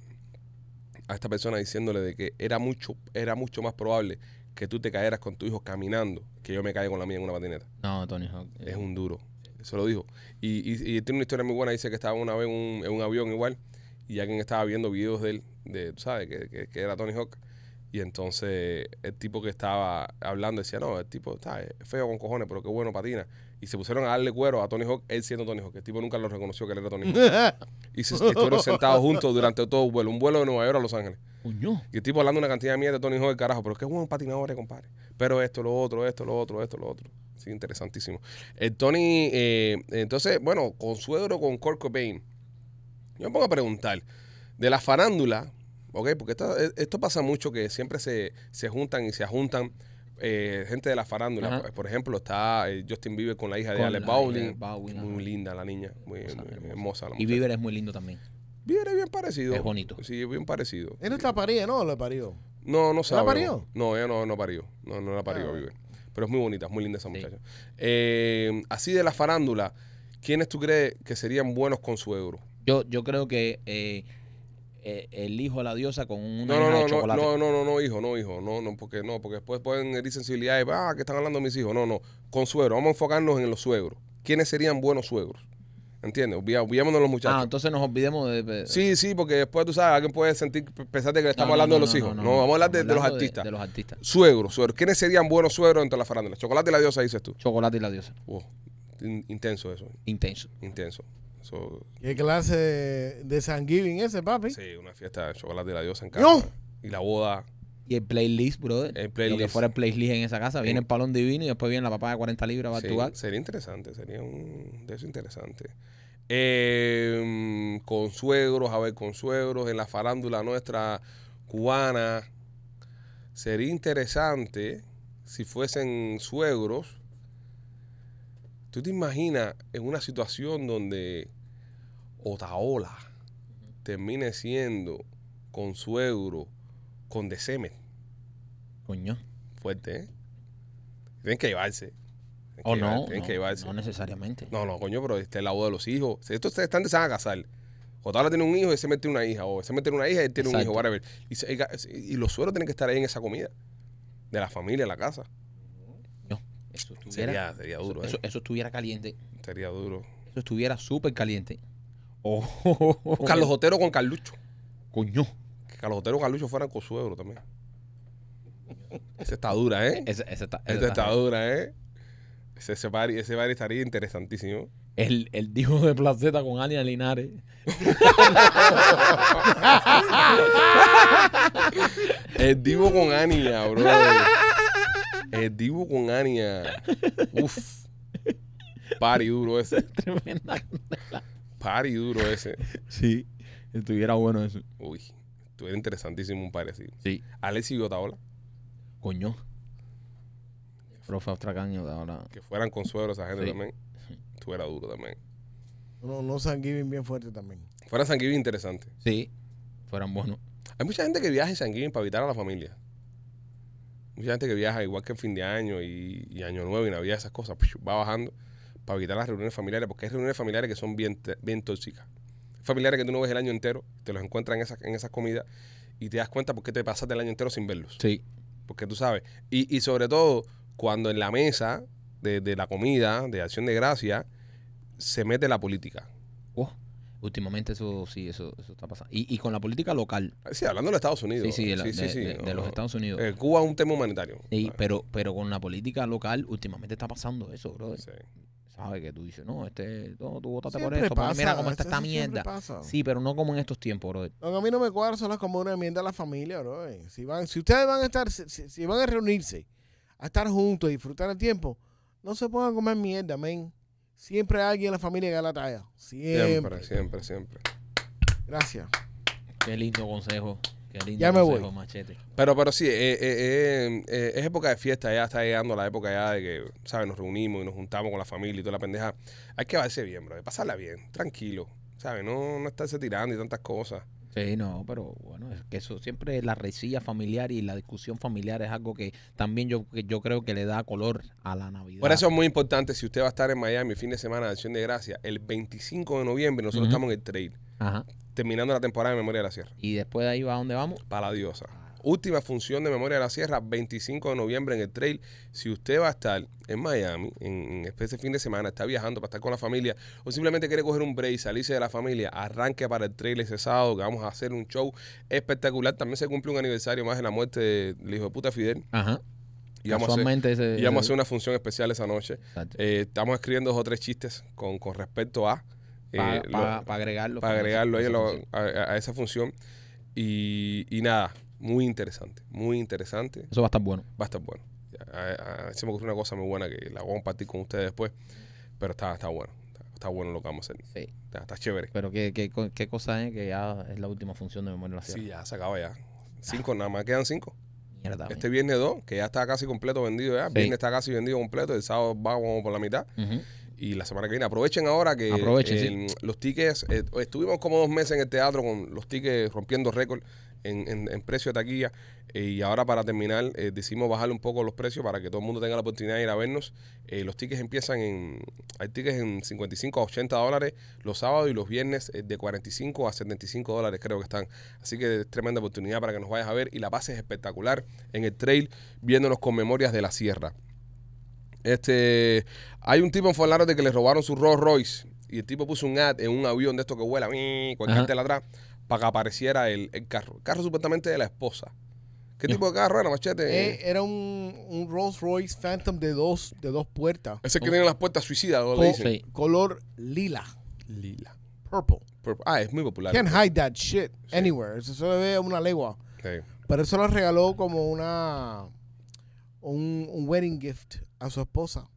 a esta persona diciéndole de que era mucho, era mucho más probable que tú te caeras con tu hijo caminando que yo me caiga con la mía en una patineta.
No, Tony Hawk. eh,
Es un duro. Se lo dijo. Y, y- y tiene una historia muy buena. Dice que estaba una vez en un, en un avión igual y alguien estaba viendo videos de él, de, tú sabes, que, que- que era Tony Hawk. Y entonces el tipo que estaba hablando decía, no, el tipo está eh, feo con cojones, pero qué bueno patina. Y se pusieron a darle cuero a Tony Hawk, él siendo Tony Hawk. El tipo nunca lo reconoció que él era Tony Hawk. Y se estuvieron sentados juntos durante todo un vuelo, un vuelo de Nueva York a Los Ángeles.
Coño.
Y el tipo hablando una cantidad de mierda de Tony Hawk, carajo, pero qué buen patinador, es, compadre. Pero esto, lo otro, esto, lo otro, esto, lo otro. Sí, interesantísimo. El Tony, eh, entonces, bueno, Consuegro con Kurt Cobain. Yo me pongo a preguntar, de la farándula, ¿ok? Porque esta- e- esto pasa mucho que siempre se, se juntan y se ajuntan eh, gente de la farándula.
Ajá.
Por, por ejemplo, está eh, Justin Bieber con la hija de
Con
Alec
la hija de
Bowling.
Bowling, ajá.
Muy linda la niña, muy,
Hermosa,
muy
hermosa.
hermosa. la
Y
mujer.
Bieber es muy lindo también.
Bieber es bien parecido.
Es bonito.
Sí, bien parecido.
Él no está parida, ¿no? Lo parió.
No, no sabe.
parió?
No, ella no, no parió. No, no la parió,
Ah.
vive. Pero es muy bonita, es muy linda esa
Sí.
muchacha. Eh, así de la farándula, ¿quiénes tú crees que serían buenos con su euro?
Yo, yo creo que eh, eh, el hijo de la diosa con
No, no,
una hija de
no, no,
chocolate.
no, no, no, no, hijo, no, hijo, no, no, porque no, porque después pueden herir sensibilidades, ah, que están hablando de mis hijos. No, no, con suegro, vamos a enfocarnos en los suegros. ¿Quiénes serían buenos suegros? ¿Entiendes? Obvia- Obviémonos los muchachos.
ah, entonces nos olvidemos de... de-
Sí, sí, porque después tú sabes, alguien puede sentir, pensar de que le estamos
No, no,
hablando de
no,
los
no,
hijos. No,
no, no.
vamos a hablar de, de
Estamos
los
hablando
artistas.
De, los artistas.
Suegro, suegro. ¿Quiénes serían buenos suegros entre la farándula? Chocolate y la diosa, dices tú.
Chocolate y la diosa.
Wow, in- intenso eso,
Intenso.
intenso. Eso,
¿Qué clase de, de Thanksgiving ese, papi?
sí, una fiesta de chocolate de la diosa en casa.
¡No!
Y la boda.
Y el playlist, brother.
El
Lo que
playlist. Eh.
fuera el playlist en esa casa. Viene el palón divino y después viene la papada de 40 libras back
Sí,
to back.
sería interesante, sería un de eso interesante. Eh, con suegros, a ver, con suegros, en la farándula nuestra cubana. Sería interesante si fuesen suegros. ¿Tú te imaginas en una situación donde Otaola termine siendo con suegro, con Deceme?
Coño.
Fuerte, ¿eh? Tienen que llevarse. Tienen
O
que llevar-
no.
Tienen
no,
que llevarse.
no necesariamente.
No, no, coño, pero este es la boda de los hijos. Si Estos se- están se van a casar. O ahora tiene un hijo y se mete una hija. O se mete una hija y él tiene
Exacto.
un hijo, whatever. Y, se- y los suelos tienen que estar ahí en esa comida. De la familia, la casa.
Eso estuviera,
Sería, sería duro,
eso,
¿eh?
eso estuviera caliente.
Sería duro.
Eso estuviera súper caliente. Oh,
O Carlos Otero con Carlucho.
Coño.
Que Carlos Otero con Carlucho fueran con suegro también. Esa está dura, ¿eh?
Ese, ese está, ese
Esa
está-
está dura, ¿eh? Ese, ese, party, ese party estaría interesantísimo.
El, el dijo de placeta con Ania Linares.
El divo con Ania, bro. El divo con Ania. Uf. Pari duro ese.
Tremenda.
Pari duro ese.
Sí. Estuviera bueno eso.
Uy. Estuviera interesantísimo un par así.
Sí.
Alexis y Otaola.
Coño. Profe Austracán y ahora.
Que fueran consuelos esa gente
Sí.
también. Estuviera duro también.
No, no Thanksgiving bien fuerte también.
Fuera San interesante.
Sí. Fueran buenos.
Hay mucha gente que viaja en San para evitar a la familia. Mucha gente que viaja igual que en fin de año y, y año nuevo y navidad, esas cosas, pues, va bajando para evitar las reuniones familiares, porque hay reuniones familiares que son bien, te- bien tóxicas. Familiares que tú no ves el año entero, te los encuentras en esas, en esas comidas y te das cuenta por qué te pasaste el año entero sin verlos.
Sí.
Porque tú sabes. Y, y sobre todo, cuando en la mesa de, de la comida, de acción de gracia, se mete la política.
Oh, Últimamente eso sí, eso, eso está pasando. Y, y con la política local.
Sí, hablando de los Estados Unidos.
Sí, sí, de, la- de- de-
no,
de los
no.
Estados Unidos.
Eh, Cuba es un tema humanitario.
Sí,
Ah,
pero, pero con la política local, últimamente está pasando eso, bro.
sí.
Sabes que tú dices, no, este, no, tú votaste por
Siempre
esto. porque
pasa.
Mira cómo está
eso-
esta
eso siempre
mierda.
pasa.
Sí, pero no como en estos tiempos, bro.
Lo que a mí no me cuadra son las comunes enmiendas a la familia, bro. eh. Si, van, si ustedes van a estar, si, si- si van a reunirse, a estar juntos y disfrutar el tiempo, no se pongan a comer mierda, men. Siempre hay alguien en la familia que da la talla. Siempre.
Siempre, siempre, siempre.
Gracias.
Qué lindo consejo. Qué lindo
Ya me
consejo,
voy.
Machete.
Pero, pero sí, eh, eh, eh, eh, es época de fiesta, ya está llegando la época ya de que, ¿sabes? Nos reunimos y nos juntamos con la familia y toda la pendeja. Hay que verse bien, bro, pasarla bien, tranquilo, ¿sabes? No, no estarse tirando y tantas cosas.
Sí, no, pero bueno, es que eso siempre la resilla familiar y la discusión familiar es algo que también yo, que yo creo que le da color a la Navidad.
Por eso es muy importante, si usted va a estar en Miami fin de semana de Acción de Gracia, el 25 de noviembre nosotros
Ujú.
estamos en el trade,
Ajá.
terminando la temporada de Memoria de la Sierra.
Y después de ahí va a dónde vamos.
para la diosa. Última función de Memoria de la Sierra, 25 de noviembre en el trail. Si usted va a estar en Miami, en, en este fin de semana, está viajando para estar con la familia, o simplemente quiere coger un break, salirse de la familia, arranque para el trail ese sábado, que vamos a hacer un show espectacular. También se cumple un aniversario más de la muerte del hijo de puta Fidel.
Ajá.
Y vamos, a hacer,
Casualmente eh, ese-
y vamos a
ese-
hacer una función especial esa noche.
Exacto.
Eh, estamos escribiendo dos o tres chistes con, con respecto a... eh,
Pa-
lo-
pa- pa agregarlo.
para
con esa-
agregarlo ahí
esa
a, lo-
función.
a- a- a esa función. Y, y nada, muy interesante, muy interesante.
Eso va a estar bueno.
Va a estar bueno. A- a- a- se me ocurrió una cosa muy buena que la voy a compartir con ustedes después, pero está, está bueno. Está, está bueno lo que vamos a hacer.
Sí.
Está, está chévere.
Pero qué, qué, co- qué cosa es que ya es la última función de Memoria de la Sierra.
Sí, ya se acaba ya.
Ah.
Cinco, nada más quedan cinco.
Mierda.
Este viernes dos, que ya está casi completo vendido ya. El
Sí.
viernes está casi vendido completo. El sábado vamos por la mitad.
mía. Ujú.
Y la semana que viene, aprovechen ahora que
Aprovechen,
eh, los tickets, eh, estuvimos como dos meses en el teatro con los tickets rompiendo récord en, en- en precio de taquilla eh, y ahora para terminar eh, decidimos bajarle un poco los precios para que todo el mundo tenga la oportunidad de ir a vernos. Eh, los tickets empiezan en, hay tickets en 55 a 80 dólares los sábados y los viernes eh, de 45 a 75 dólares creo que están. Así que es tremenda oportunidad para que nos vayas a ver y la pases espectacular en el trail viéndonos con Memorias de la Sierra. Este, hay un tipo en Forlárate que le robaron su Rolls Royce y el tipo puso un ad en un avión de estos que vuela, ¡mii! cualquier
Ajá.
tela atrás, para que apareciera el, el carro. El carro supuestamente de la esposa. ¿Qué tipo de carro era,
Eh,
machete?
era un, un Rolls Royce Phantom de dos, de dos puertas.
Ese que tiene las puertas suicidas, ¿no
Co-
le dicen?
Oh, Sí.
Color lila.
Lila.
Purple.
Purple. Ah, es muy popular.
Can't hide that shit anywhere. Eso se ve una legua.
Sí.
Pero eso lo regaló como una un, un wedding gift a su esposa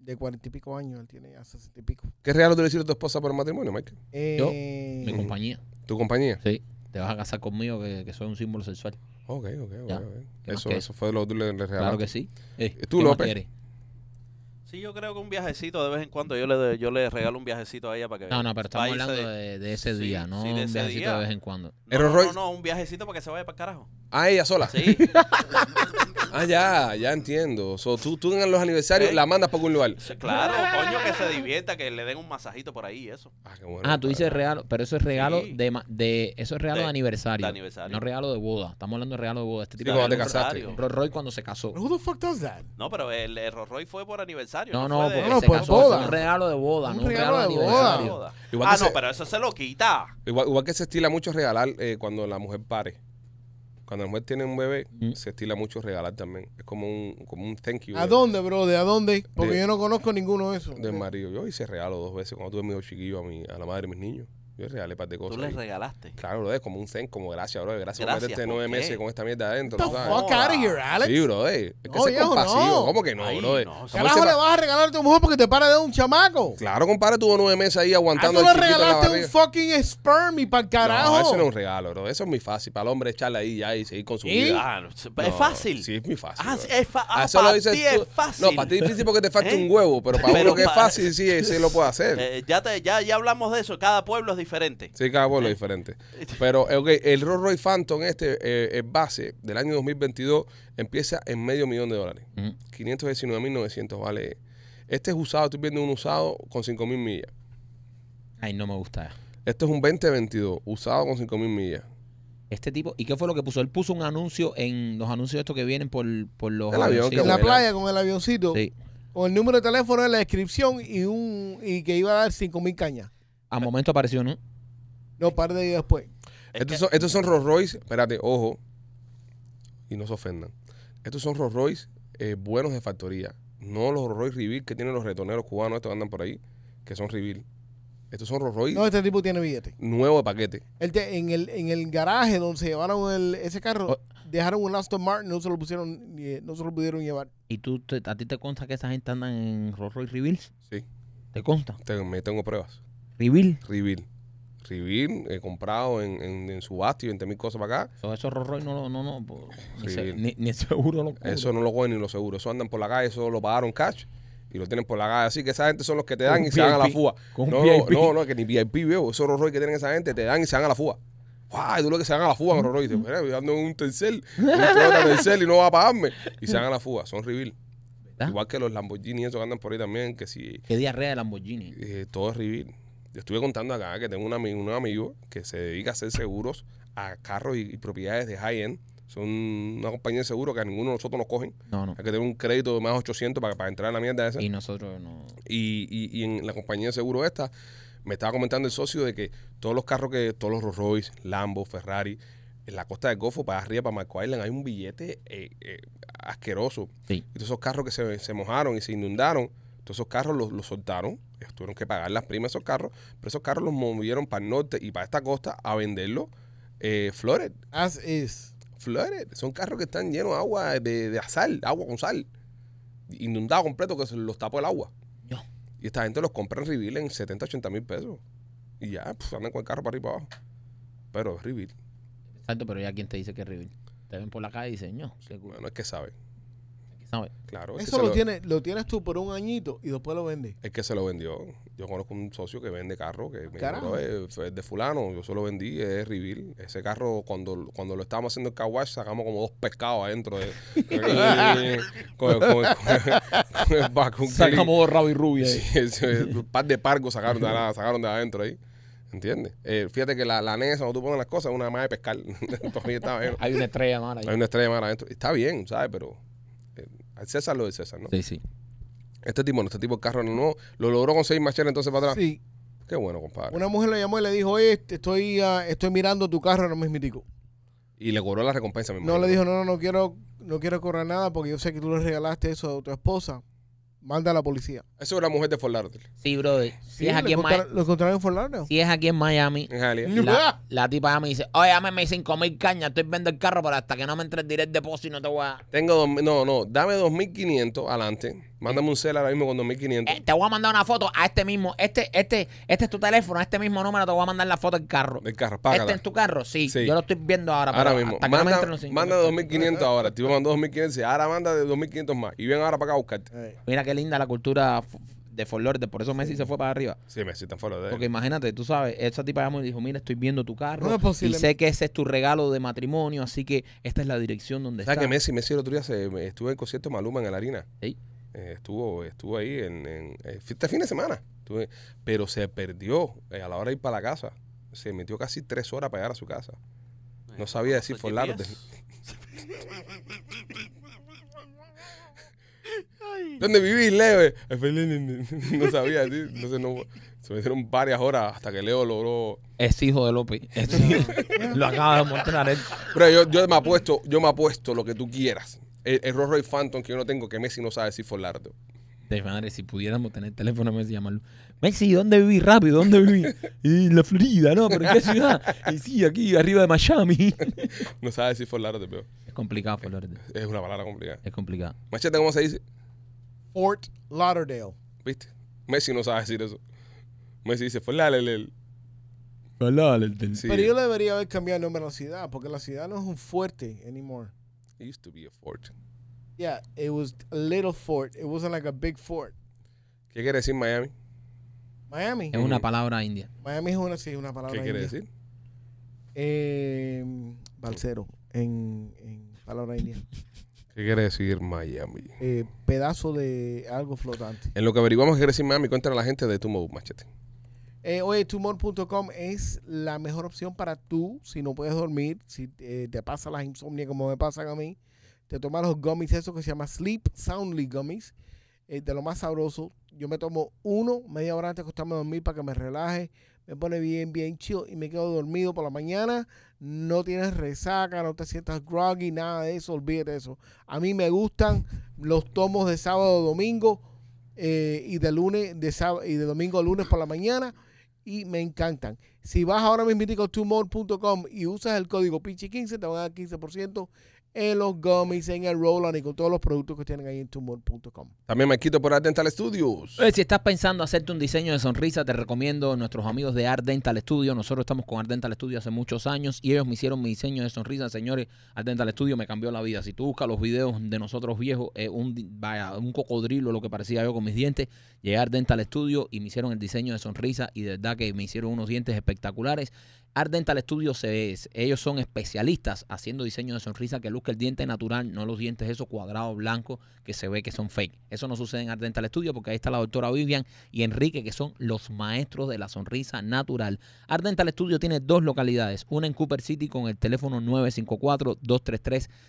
de cuarenta y pico años. Él tiene ya sesenta y pico.
¿Qué regalo te le hicieron a tu esposa por el matrimonio, Mike?
Yo,
Eh,
Mi compañía.
¿Tu compañía?
Sí. Te vas a casar conmigo que, que soy un símbolo sexual.
Ok, ok, ok.
Ya.
ok.
¿Qué más
Eso,
qué?
eso fue lo que tú le, le regalaste.
Claro que sí. Eh,
¿Y tú,
¿qué más
López?
quieres?
Sí, yo creo que un viajecito de vez en cuando yo le, yo le regalo un viajecito a ella para que
No, no, pero estamos
vaya y se-
hablando de, de ese
Eh, Sí,
día,
sí,
no
de
un
ese
viajecito
día.
de vez en cuando.
No,
El Rolls
no,
Royce.
no, no, un viajecito para que se vaya para carajo.
Ah, ella sola.
Sí.
Ah, ya, ya entiendo. So, tú, tú en los aniversarios
¿Eh?
la mandas para algún lugar.
Sí, Claro, coño, que se divierta, que le den un masajito por ahí, eso.
Ah, qué bueno.
Ah, tú dices regalo, pero eso es regalo
Sí.
de, ma- de eso es regalo de,
De-
aniversario,
de aniversario.
no regalo de boda. Estamos hablando de regalo de boda. Este
Sí,
tipo
cuando
de
te casaste.
aniversario.
Rolls Royce cuando se casó.
Who the fuck does that?
No, pero el, el Rolls Royce fue por aniversario.
No,
fue
no,
de-
porque
No,
se
pues,
casó.
boda.
Es un regalo de boda,
Un
no un
regalo
regalo de
de boda.
aniversario.
Joda.
Igual
Ah,
que
no,
se-
pero eso se lo quita.
Igual, igual que se estila mucho regalar eh, cuando la mujer pare. Cuando la mujer tiene un bebé,
Mm.
se estila mucho regalar también. Es como un, como un thank you.
¿A
de-
dónde, bro? ¿De a dónde? Porque
De-
yo no conozco ninguno de esos.
Del marido. Yo hice regalo dos veces cuando tuve mis dos chiquillos a, mi, a la madre de mis niños. Yo le regalé un par de
Tú
cosas.
le
ahí.
regalaste.
Claro, bro, es como un thank, como gracias, bro. Gracias, por
Gracias,
meterte
¿por
nueve
qué?
meses con esta mierda adentro.
Get the
¿tú sabes?
fuck out of here, Alex.
Sí, bro. eh. Es que
No,
se
viejo,
compasivo.
no.
¿Cómo que no,
Ay,
bro? eh?
no,
Como
sí.
él
Carajo,
se
le
pa-
vas a regalar a tu mujer porque te para de un chamaco.
Claro, compadre, tuvo nueve meses ahí
Ah,
aguantando
tú le
al chiquito en la
regalaste un
barriga.
fucking sperm y pa'l carajo.
No, eso no es un regalo, bro. Eso es muy fácil. Para el hombre echarle ahí ya y seguir con su
¿Y?
vida.
Ah, no, es
No,
fácil.
Sí, es muy fácil.
Ah,
bro.
sí, es fa- ah,
Ah, eso lo
pa'
dices
ti es
tú.
fácil.
No, para ti es difícil porque te falta
¿Eh?
un huevo, pero para
Pero
uno que es
pa-
fácil, sí, sí lo puede hacer.
Eh, ya, te, ya, ya hablamos de eso, cada pueblo es diferente.
Sí, cada pueblo es diferente. Pero, eh, ok, el Rolls Royce Phantom, este, eh, el base del año 2022, empieza en medio millón de dólares.
Mm.
519.900 vale. Este es usado, estoy viendo un usado con 5.000 millas.
Ay, no me gusta.
Este es un 2022, usado con 5.000 millas.
Este tipo, ¿y qué fue lo que puso? Él puso un anuncio en los anuncios estos que vienen por, por los
El avión que
avioncitos.
en la
buena.
playa con el avioncito,
Sí.
con el número de teléfono en la descripción y un y que iba a dar 5 mil cañas.
A momento apareció, ¿no?
No, par de días después.
Es
estos,
que-
son, estos son Rolls Royce, espérate, ojo, y no se ofendan. Estos son Rolls Royce eh, buenos de factoría, no los Rolls Royce Reveal que tienen los retoneros cubanos, estos que andan por ahí, que son Reveal. Estos son Rolls Royce
No, este tipo tiene billete.
nuevo de paquete.
Él te- en, el, en el garaje donde se llevaron el, ese carro,
Oh.
dejaron un Aston Martin, no se lo pusieron, ni- no se lo pudieron llevar.
¿Y tú, te- a ti te consta que esa gente anda en Rolls Royce Reveals?
Sí,
¿Te consta?
te- me tengo pruebas.
¿Reveal?
Reveal. Reveal, eh, comprado en, en, en subasta y 20 mil cosas para acá.
So, esos Rolls Royce no, lo- no, no, po, ni,
Sí.
se- ni, ni el seguro lo cubre.
Eso no lo cogen ni los seguros. Eso andan por la calle, eso lo pagaron cash y lo tienen por la calle. Así que esa gente son los que te
Con
dan
un
y se van a la
VIP,
fuga.
con un
no,
VIP.
no, no, que ni VIP veo. Esos Rolls Royce que tienen esa gente te dan y se van a la fuga. ¡Guau! Y tú lo que se van a la fuga, Rolls Royce. Mira, yo ando en un tercer, un Toyota tercer y no va a pagarme. Y se van a la fuga. Son reveal.
¿Verdad?
Igual que los Lamborghini, esos que andan por ahí también, que si
Qué diarrea de Lamborghini.
eh, todo es reveal. Yo estuve contando acá que tengo un, ami- un amigo que se dedica a hacer seguros a carros y, y propiedades de high-end. Son una compañía de seguros que a ninguno de nosotros nos cogen.
No, no.
Hay que tener un crédito de más 800 para, para entrar en la mierda esa.
Y
Y,
nosotros no.
y- y en la compañía de seguro esta, me estaba comentando el socio de que todos los carros que, todos los Rolls Royce, Lambo, Ferrari, en la costa del Golfo, para arriba, para Marco Island, hay un billete eh, eh, asqueroso.
Sí.
Y todos esos carros que se, se mojaron y se inundaron, todos esos carros los, los soltaron, ellos tuvieron que pagar las primas de esos carros, pero esos carros los movieron para el norte y para esta costa a venderlos eh, flooded.
As is.
Flooded. Son carros que están llenos de agua, de, de sal, agua con sal. Inundado completo, que se los tapó el agua.
No.
Y esta gente los compra en Reveal en 70, 80 mil pesos. Y ya, pues, andan con el carro para arriba y para abajo. Pero es Reveal.
Exacto, pero ya quien te dice que es reveal. Te ven por la calle y dicen, no, qué culo.
Bueno, es que sabe.
¿Sabes?
Claro. es que
Eso
se
lo, tiene, lo tienes tú por un añito y después lo vendes.
Es que se lo vendió. Yo conozco un socio que vende carro, que me
Carajo.
dijo, "Bro, es de fulano, yo se lo vendí, es Reveal. Ese carro, cuando, cuando lo estábamos haciendo en Kawash, sacamos como dos pescados adentro. De, con, con- con- con el vacuum clean.
Sacamos dos rabos y rubia. ahí.
Sí, sí, un par de pargos sacaron de, la- sacaron de adentro ahí. ¿Entiendes? Eh, fíjate que la, la NES, cuando tú pones las cosas, es una más de pescar. Todavía está bien.
Hay una estrella mala
Hay
ahí.
una estrella más adentro. Está bien, ¿sabes? Pero eh, al César lo de César, ¿no?
Sí, sí.
Este tipo, no, este tipo de carro no, no, lo logró conseguir machera entonces para atrás.
Sí.
Qué bueno, compadre.
Una mujer lo llamó y le dijo, oye, te estoy, ah, estoy mirando tu carro ahora mismitico.
Y le cobró la recompensa, mi
No le dijo, no, no, no quiero, no quiero cobrar nada porque yo sé que tú le regalaste eso a tu esposa. Manda a la policía.
Eso era mujer de Fort Lauderdale.
Sí, brother. Si, es
Sí,
aquí
lo,
en Ma-
encontraron, lo encontraron en Fort Lauderdale.
si es aquí en Miami,
En realidad.
Ni-
la, la tipa ya me dice, oye, dame 5 mil cañas, estoy viendo el carro, pero hasta que no me entre el direct depósito no te voy a...
Tengo dos, mil- no, no, dame 2500 adelante. Mándame un cel ahora mismo con 2500.
Eh, te voy a mandar una foto a este mismo, este, este, este es tu teléfono, a este mismo número te voy a mandar la foto del carro.
Del carro,
¿Este
págala.
es tu carro? Sí,
Sí.
yo lo estoy viendo ahora.
Ahora
pero
mismo.
hasta que no me
Manda,
entren los 5
manda
mil
2.500 ahora. El tipo mandó 2.500. dice, Ahora manda de 2.500 más. Y ven ahora para acá a buscarte.
Eh,
Mira qué linda la cultura f- de Fort Lauderdale, por eso Messi se fue para arriba.
Sí, me citan fuera de
Porque
él.
imagínate, tú sabes, esa tipa llamó y dijo, mira, estoy viendo tu carro
No es
y
posible.
sé que ese es tu regalo de matrimonio, así que esta es la dirección donde
¿Sabes
está.
que Messi, Messi el otro día se, me- estuvo en el concierto de Maluma en la harina?
Sí.
estuvo, estuvo ahí en, en- eh, este fin de semana. Estuve- pero se perdió eh, a la hora de ir para la casa. Se metió casi tres horas para llegar a su casa. No sabía decir
Fue
Fort
GPS.
Lauderdale. ¿Dónde vivís, Leo? Eh, No sabía decir. Entonces no, se metieron varias horas hasta que Leo logró
Es hijo de López. Es- lo acaba de mostrar él.
Pero yo, yo me apuesto, yo me apuesto lo que tú quieras. El, el Rolls Royce Phantom que yo no tengo, que Messi no sabe decir Forlardo.
De madre, si pudiéramos tener teléfono, Messi llamarlo. Messi, ¿dónde viví? Rápido, ¿dónde viví? En la Florida, ¿no? ¿Pero en qué ciudad? Y sí, aquí, arriba de Miami.
No sabe decir Forlardo, pero
Es complicado, Fort Lauderdale.
es una palabra complicada.
Es complicado.
Machete, ¿cómo se dice?
Fort Lauderdale.
¿Viste? Messi no sabe decir eso. Messi dice Forlardo.
Fort Lauderdale.
Sí.
Pero yo le debería haber cambiado el nombre a la ciudad porque la ciudad no es un fuerte anymore.
It used to be a fort.
Yeah, it was a little fort. It wasn't like a big fort.
¿Qué quiere decir Miami?
Miami.
Es una palabra india.
Miami es una, sí, una palabra.
¿Qué quiere
india.
decir?
Eh, balsero, en, en palabra india.
¿Qué quiere decir Miami?
Eh, pedazo de algo flotante.
En lo que averiguamos qué quiere decir Miami, cuéntale a la gente de Tumbo Machete.
Eh, oye, tumor.com es la mejor opción para tú, si no puedes dormir, si eh, te pasa las insomnias como me pasan a mí, te tomas los gummies, eso que se llama Sleep Soundly Gummies, eh, de lo más sabroso. Yo me tomo uno media hora antes de acostarme a dormir para que me relaje, me pone bien, bien chill y me quedo dormido por la mañana. No tienes resaca, no te sientas groggy, nada de eso, olvídate de eso. A mí me gustan los tomos de sábado a domingo eh, y de lunes, de sábado y de domingo a lunes por la mañana y me encantan. Si vas ahora mismo a tumor.com y usas el código PICHI15, te van a dar 15% en los gummies, en el roll-on y con todos los productos que tienen ahí en tumor.com.
También me quito por Art Dental Studios.
Eh, Si estás pensando hacerte un diseño de sonrisa, te recomiendo nuestros amigos de Art Dental Studio. Nosotros estamos con Art Dental Studio hace muchos años y ellos me hicieron mi diseño de sonrisa. Señores, Art Dental Studio me cambió la vida. Si tú buscas los videos de nosotros viejos, eh, un, di- vaya, un cocodrilo, lo que parecía yo con mis dientes, llegué a Art Dental Studio y me hicieron el diseño de sonrisa y de verdad que me hicieron unos dientes espectaculares. Art Dental Studio se es- ellos son especialistas haciendo diseño de sonrisa que luzca el diente natural, no los dientes esos cuadrados blancos que se ve que son fake. Eso no sucede en Art Dental Studio porque ahí está la doctora Vivian y Enrique que son los maestros de la sonrisa natural. Art Dental Studio tiene dos localidades, una en Cooper City con el teléfono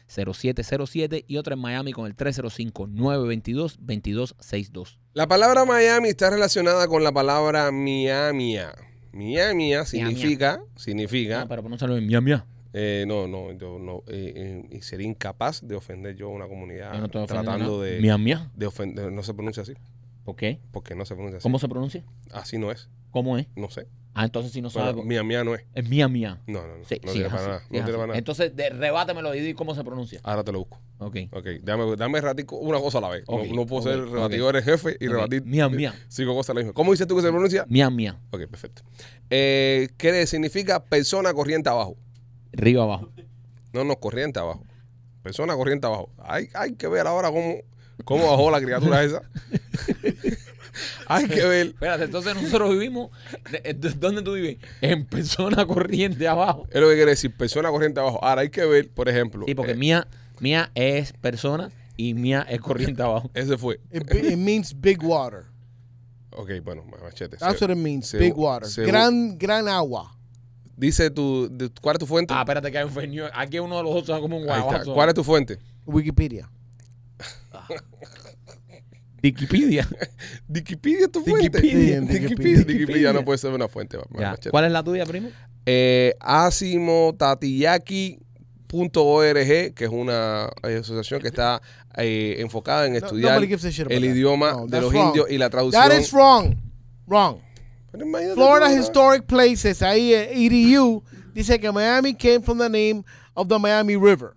954-233-0707 y otra en Miami con el 305-922-2262.
La palabra Miami está relacionada con la palabra miamia. Miamia significa, significa,
Ah, pero ponéselo en Miami. ah.
eh, no, no, yo no, eh, eh, y sería incapaz de ofender yo a una comunidad
Yo no estoy ofendiendo
tratando
nada.
de,
Miami. ah.
de ofender, no se pronuncia así,
¿Por qué?
porque no se pronuncia así.
¿Cómo se pronuncia?
Así no es,
¿Cómo es?
no sé.
Ah, entonces si no sabes.
Bueno, miamia no es.
Es mía, mía.
No, no, no.
Sí,
no
sí,
tiene
es
para
así,
nada.
es
No tiene
así.
para nada.
Entonces, de- rebátemelo y di cómo se pronuncia.
Ahora te lo busco.
Ok.
Ok, dame, dame ratico, una cosa a la vez. No-
Ok,
no, puedo
ok,
ser
ok.
rebatidor de jefe y
Ok,
rebatir
mía, mía.
cinco cosas a la misma. ¿Cómo dices tú que se pronuncia?
Mía, mía.
Ok, perfecto. Eh, ¿Qué significa persona corriente abajo?
Río abajo.
No, no, corriente abajo. Persona corriente abajo. Hay, hay que ver ahora cómo, cómo bajó la criatura esa. hay que ver.
Espérate, entonces nosotros vivimos. eh, d- ¿Dónde tú vives? En persona corriente abajo.
Es lo que quiere decir, persona corriente abajo. Ahora hay que ver, por ejemplo.
Sí, porque
eh,
mía, mía es persona y mía es corriente abajo.
ese fue.
It, bi- it means big water.
Ok, bueno, machete.
Ah,
That's what it means.
se-
Big water.
se-
Gran, gran agua.
Dice tu, de- ¿cuál es tu fuente?
Ah, espérate, que hay un fenio- Aquí uno de los otros es como un
Ahí está.
guaguazo.
¿Cuál es tu fuente?
Wikipedia.
Wikipedia.
Wikipedia es tu fuente.
Wikipedia.
Wikipedia.
Wikipedia.
Wikipedia no puede ser una fuente. ma-
Ya.
machete.
¿Cuál es la tuya, primo?
Eh, asimotatiyaki.org, que es una eh, asociación que está eh, enfocada en
No-
estudiar
nobody gives a shit about
el
that.
idioma
No,
de
that's
los
wrong.
indios y la traducción.
That is wrong. Wrong.
Pero imagínate
Florida
tú, ¿no?
Historic Places, ahí eh, EDU, dice que Miami came from the name of the Miami River.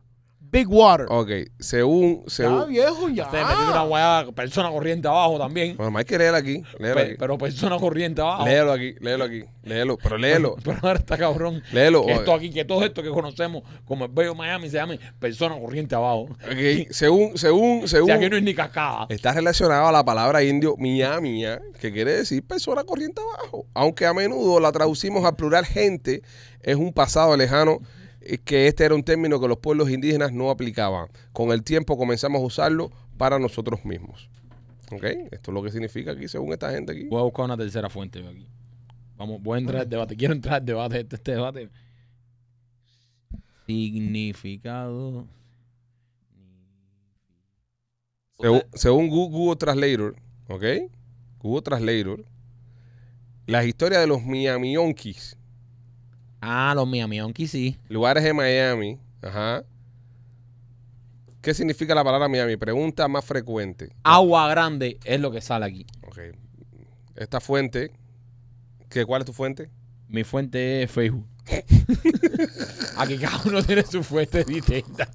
Big water.
Ok, según.
Ya,
según
viejo, ya.
Ustedes metieron una guayaba, persona corriente abajo también.
bueno, hay que leerlo aquí. Léelo
Pe-
aquí.
Pero persona corriente abajo.
Léelo aquí, léelo aquí, léelo, pero léelo,
Pero ahora está cabrón.
léelo.
Que esto aquí, que todo esto que conocemos como el bello Miami se llame persona corriente abajo.
Ok, según, según,
O
según.
sea, aquí no es ni cascada.
Está relacionado a la palabra indio Miami, que quiere decir persona corriente abajo. Aunque a menudo la traducimos al plural gente, es un pasado lejano eh, que este era un término que los pueblos indígenas no aplicaban. Con el tiempo comenzamos a usarlo para nosotros mismos. ¿Ok? Esto es lo que significa aquí, según esta gente aquí.
Voy a buscar una tercera fuente yo aquí. Vamos, voy a entrar al debate. Quiero entrar al debate, este, este debate. Significado.
Según,
Usted-
según Gu- Google Translator, ¿ok? Google Translator, las historias de los miamionquis,
Ah, los Miami Onky sí.
lugares de Miami, ajá. ¿Qué significa la palabra Miami? Pregunta más frecuente.
Agua grande es lo que sale aquí.
Ok. Esta fuente, ¿qué, ¿cuál es tu fuente?
Mi fuente es Facebook. Aquí cada uno tiene su fuente distinta.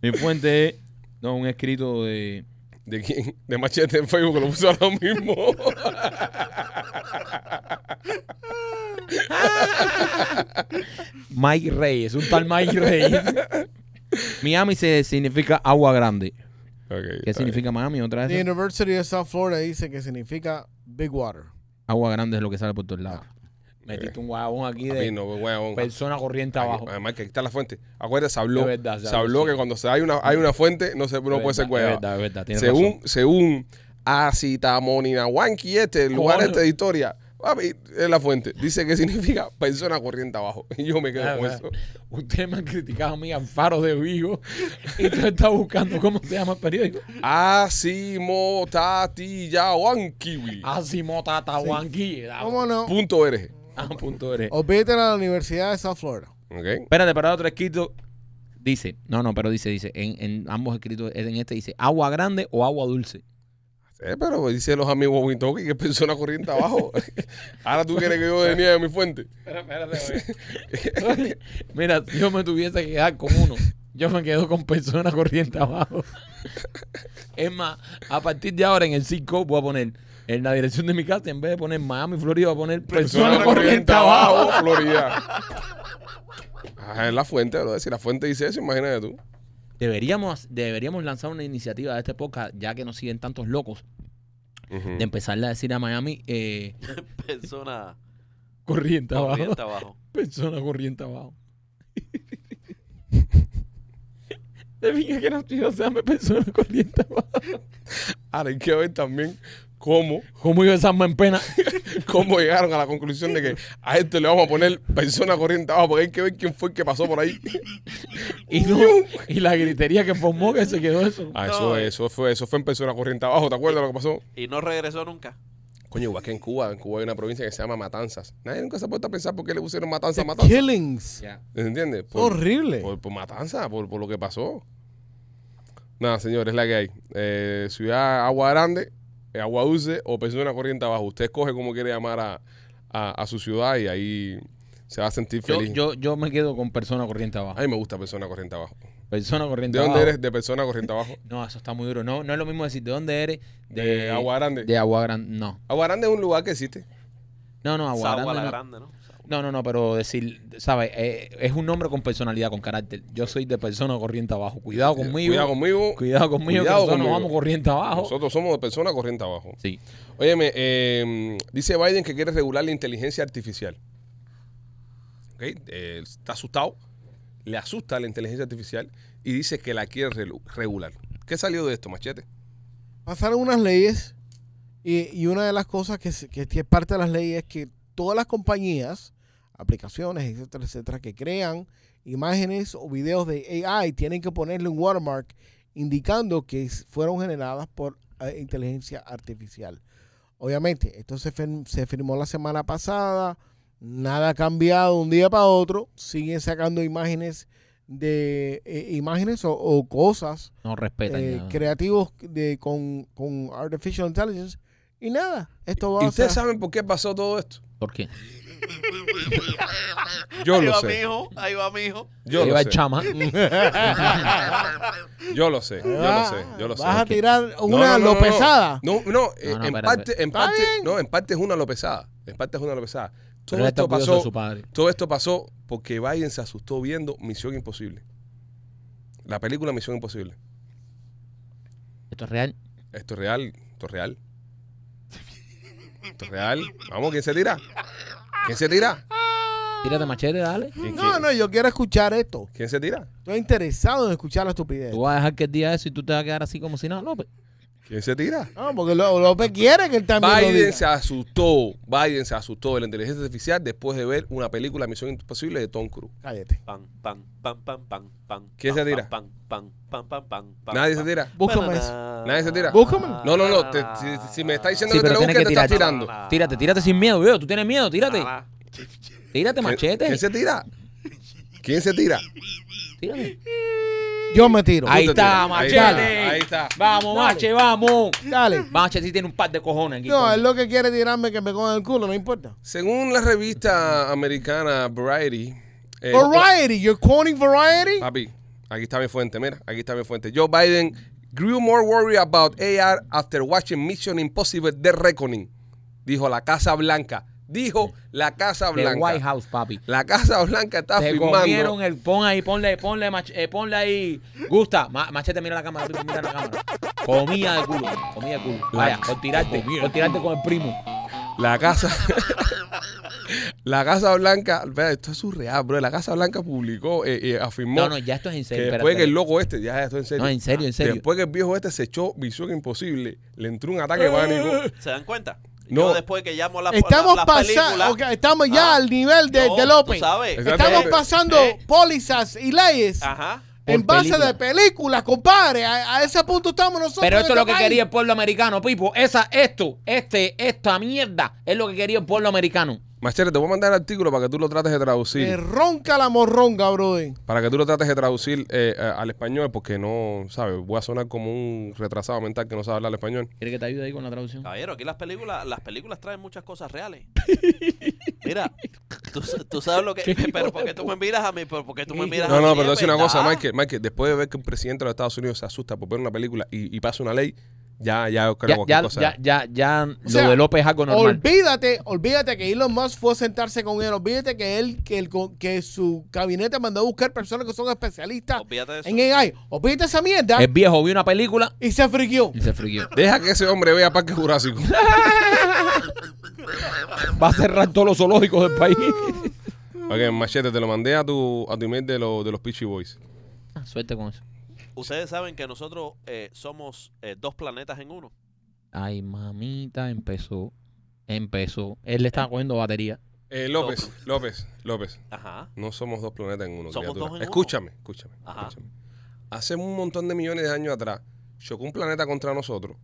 Mi fuente es no, un escrito de.
¿De quién? De Machete en Facebook, que lo puso ahora mismo.
Mike Reyes, un tal Mike Reyes. Miami se significa agua grande.
Ok,
¿Qué
está bien.
significa Miami? Otra
The
vez.
University of South Florida dice que significa big water.
Agua grande es lo que sale por todos lados. Metiste un guabón aquí
Ah. A mí
de
no, ah, huevón.
persona corriente
Aquí-
abajo.
Además que aquí está la fuente. Acuérdate, se habló.
Es verdad,
se habló que cuando se, hay, una, hay una fuente, no, se, no
Es
puede ser hueva.
verdad, Es verdad, es verdad. tienes
según,
razón.
según Asitamoninahuanqui, este el lugar
Coño.
este de historia. Papi, es la fuente. Dice que significa persona corriente abajo. Y yo me
Ah,
quedo con
ah.
eso.
Ustedes me han criticado a mí, Faro de Vigo, y tú estás buscando cómo se llama el periódico.
Asimotatillahuanquiwi.
Ah. Asimota Tawanqui.
¿Cómo no?
Punto RG.
Ah, punto
Oh.
eres.
Obedecen a la Universidad de South Florida.
¿Ok?
Espérate, para otro escrito. Dice, no, no, pero dice, dice, en, en ambos escritos, en este dice agua grande o agua dulce.
Eh, pero dice los amigos Wintoki que pensó una corriente abajo. Ahora tú quieres que yo de nieve mi fuente.
Oye, Mira, si yo me tuviese que quedar con uno, yo me quedo con personas corriente abajo. Es más, a partir de ahora en el circo voy a poner en la dirección de mi casa, en vez de poner Miami, Florida, voy a poner personas
Persona
corriente abajo.
Florida. Ah, es la fuente, bro. Si la fuente dice eso, imagínate tú.
Deberíamos, deberíamos lanzar una iniciativa de este podcast, ya que nos siguen tantos locos,
Ujú.
de empezarle a decir a Miami eh,
Persona
corriente abajo.
corriente abajo.
Persona corriente abajo. De fin que no estoy, o sea, me persona corriente abajo.
Ahora hay que ver también cómo,
¿Cómo iba esa alma en pena?
cómo llegaron a la conclusión de que a este le vamos a poner persona corriente abajo, porque hay que ver quién fue el que pasó por ahí.
Y, no- y la gritería que formó que se quedó eso.
Ah,
No,
eso,
eh.
eso fue, eso fue en persona corriente abajo, ¿te acuerdas lo que pasó?
Y no regresó nunca.
Coño, igual que en Cuba, en Cuba hay una provincia que se llama Matanzas. Nadie nunca se ha puesto a pensar por qué le pusieron Matanza a Matanza.
Killings.
¿Entiendes?
Horrible.
Por, por matanza, por, por lo que pasó. Nada, señores, es la que hay. Eh, ciudad agua grande, eh, agua dulce o persona corriente abajo. Usted escoge cómo quiere llamar a, a- a su ciudad y ahí se va a sentir
Yo,
feliz.
yo, yo me quedo con persona corriente
A
abajo.
mí me gusta persona corriente abajo.
Persona corriente
¿De dónde
abajo.
eres? De persona corriente abajo.
No, eso está muy duro. No, no es lo mismo decir de dónde eres. De,
De, agua grande.
De agua grande. No.
Agua grande es un lugar que existe.
No, no, agua
Sagua la
grande. No.
grande, ¿no? Sagua.
no, no, no, pero decir, ¿sabes? Eh, es un nombre con personalidad, con carácter. Yo soy de persona corriente abajo. Cuidado conmigo.
Cuidado conmigo.
Cuidado conmigo,
Cuidado
que nosotros
conmigo.
nos vamos corriente abajo.
Nosotros somos de persona corriente abajo.
Sí.
Óyeme, eh, dice Biden que quiere regular la inteligencia artificial. Ok, eh, está asustado, le asusta la inteligencia artificial y dice que la quiere relu- regular. ¿Qué salió de esto, machete?
Pasaron unas leyes y, y una de las cosas que, se- que es parte de las leyes es que todas las compañías, aplicaciones, etcétera, etcétera, que crean imágenes o videos de AI tienen que ponerle un watermark indicando que s- fueron generadas por eh, inteligencia artificial. Obviamente, esto se, fir- se firmó la semana pasada, nada ha cambiado de un día para otro, siguen sacando imágenes de eh, imágenes o- o cosas
No respetan.
eh,
ya.
creativos de, con, con Artificial Intelligence y nada, esto va
¿Y
a ser
ustedes saben por qué pasó todo esto?
¿Por qué?
Yo
ahí
lo
va mi
sé.
hijo, ahí va mi hijo.
Yo
Ahí
lo
va el
sé.
chama.
Yo lo sé. Yo lo sé. Yo lo sé.
Ah, Vas a
Ok.
tirar
No, no, no,
una
no,
lopezada.
No, no, eh,
no,
en
espérate.
parte, en
Está
parte,
bien.
no, en parte es una lopezada. En parte es una lopezada.
Pero él
Todo
está
esto
orgulloso de
pasó
su padre.
Todo esto pasó porque Biden se asustó viendo Misión Imposible. La película Misión Imposible.
Esto es real.
Esto es real, esto es real. Esto es real. Vamos, ¿quién se tira? ¿Quién se tira?
Tírate machete, dale.
¿Quién,
No,
quién-
no, yo quiero escuchar esto.
quién se tira?
Estoy interesado en escuchar la estupidez.
Tú vas a dejar que el día eso y tú te vas a quedar así como si nada, pues, López.
¿Quién se tira?
No, porque Lo- López quiere que él también lo diga.
Biden se asustó, Biden se asustó de la inteligencia artificial después de ver una película Misión Imposible de Tom Cruise.
Cállate.
Pan, pan, pan, pan, pan, pan.
¿Quién
pan,
se tira?
Pan, pan, pan, pan, pan, pan.
Nadie se
pan.
tira.
Búscame eso.
Banana.
Nadie se tira.
Búscame.
No, no, no,
Ah.
te- si- si me está diciendo que te lo
tienes
busques, te estás
tirarte.
tirando.
Tírate, tírate sin miedo, veo. Tú tienes miedo, tírate.
Nada.
Tírate,
¿Quién,
machete.
quién se tira? ¿Quién se tira?
Tírate.
Yo me tiro.
Ahí
Tú te tiras.
está,
Ahí
machete.
está, ahí está.
Vamos,
Dale.
mache, vamos.
Dale.
Machete sí tiene un par de cojones aquí.
No,
coño.
es lo que quiere tirarme que me cojan el culo, no importa.
Según la revista americana Variety, eh,
variety, you're calling variety?
papi, aquí está mi fuente, mira, aquí está mi fuente. Joe Biden grew more worried about AR after watching Mission Impossible: The Reckoning, dijo la Casa Blanca, dijo la Casa
Del White
Blanca.
House, papi.
La Casa Blanca está
Te
firmando.
comieron el. Pon ahí, ponle, ponle, mach- eh, ponle ahí. Gusta, ma- machete, mira la cámara, tú, mira la cámara. Comida de culo, comida de culo. Vaya, por tirarte, por tirarte con el primo.
La Casa, la Casa Blanca, vea, esto es surreal, bro. La Casa Blanca publicó, eh, eh, afirmó
No, no, ya esto es en
que
serio.
después
espérate,
que el loco este, ya esto en serio.
No, en serio, en serio.
Después que el viejo este se echó Visión Imposible, le entró un ataque de pánico.
¿Se dan cuenta?
No.
Yo después que llamo la
Estamos
la, la película,
pasando, estamos ya
Ah.
al nivel de,
yo,
de
tú
López.
sabes.
Estamos
Exactamente.
pasando
Eh.
pólizas y leyes.
Ajá.
Por
en base
película.
de películas, compadre. A, a ese punto estamos nosotros.
Pero
en
esto es lo
este
que
país.
quería el pueblo americano, Pipo. Esa, esto, este, esta mierda es lo que quería el pueblo americano.
Machere, te voy a mandar el artículo para que tú lo trates de traducir.
Me ronca la morronga, brother.
Para que tú lo trates de traducir eh, a- al español, porque no, ¿sabes? Voy a sonar como un retrasado mental que no sabe hablar español.
¿Quieres que te ayude ahí con la traducción?
Ah,
Caballero, aquí las películas, las películas traen muchas cosas reales. Mira, tú, sa- tú sabes lo que.
¿Qué hijo de
Pero ¿por qué tú me miras a mí? ¿Por por qué tú me miras a
No,
mí?
no, pero
Es
es una cosa,
verdad.
Michael, Michael, después de ver que un presidente de los Estados Unidos se asusta por ver una película y, y pasa una ley, ya, ya, creo
Ya,
cualquier
ya,
cosa.
ya, ya, ya lo
sea,
de López es algo normal.
Olvídate, olvídate que Elon Musk fue a sentarse con él. Olvídate que él, que, el, co- que su gabinete mandó a buscar personas que son especialistas
Olvídate de eso.
en AI. Olvídate esa mierda.
El viejo vio una película
Y se friquió.
y se frigió.
Deja que ese hombre vea Parque Jurásico.
Va a cerrar todos los zoológicos del país.
ok, Machete, te lo mandé a tu, a tu email de, lo- de los Peachy Boys.
Ah, Suerte con eso.
Ustedes saben que nosotros eh, somos eh, dos planetas en uno.
Ay, mamita, empezó. Empezó. Él le estaba cogiendo batería.
Eh, López, López, López.
Ajá.
No somos dos planetas en uno.
Somos
criatura.
dos en uno.
escúchame, escúchame,
Ajá.
escúchame. Hace un montón de millones de años atrás, chocó un planeta contra nosotros,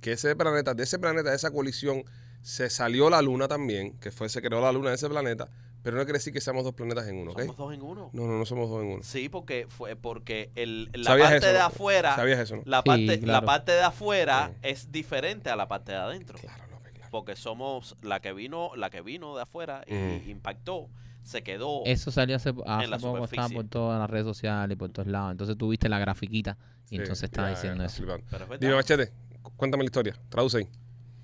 que ese planeta, de ese planeta, de esa colisión, se salió la luna también, que fue, se creó la luna de ese planeta, pero no quiere decir que seamos dos planetas en uno, ¿ok?
Somos dos en uno.
No, no, no somos dos en uno.
Sí, porque fue porque el, la
¿Sabías
parte
eso?
de afuera,
¿Sabías eso? no?
la
Sí,
parte,
claro.
la parte de afuera
Sí.
es diferente a la parte de adentro.
Claro, López, claro.
Porque somos la que vino, la que vino de afuera y
Mm.
impactó, se quedó.
Eso salió hace, hace
la
poco, estaba
superficie.
por todas las redes sociales, por todos lados. Entonces tú viste la grafiquita
Sí,
y entonces estaba
ya,
diciendo
ya,
eso.
flipando.
Pero es verdad.
Dime, Machete, cu- cuéntame la historia. Traduce ahí.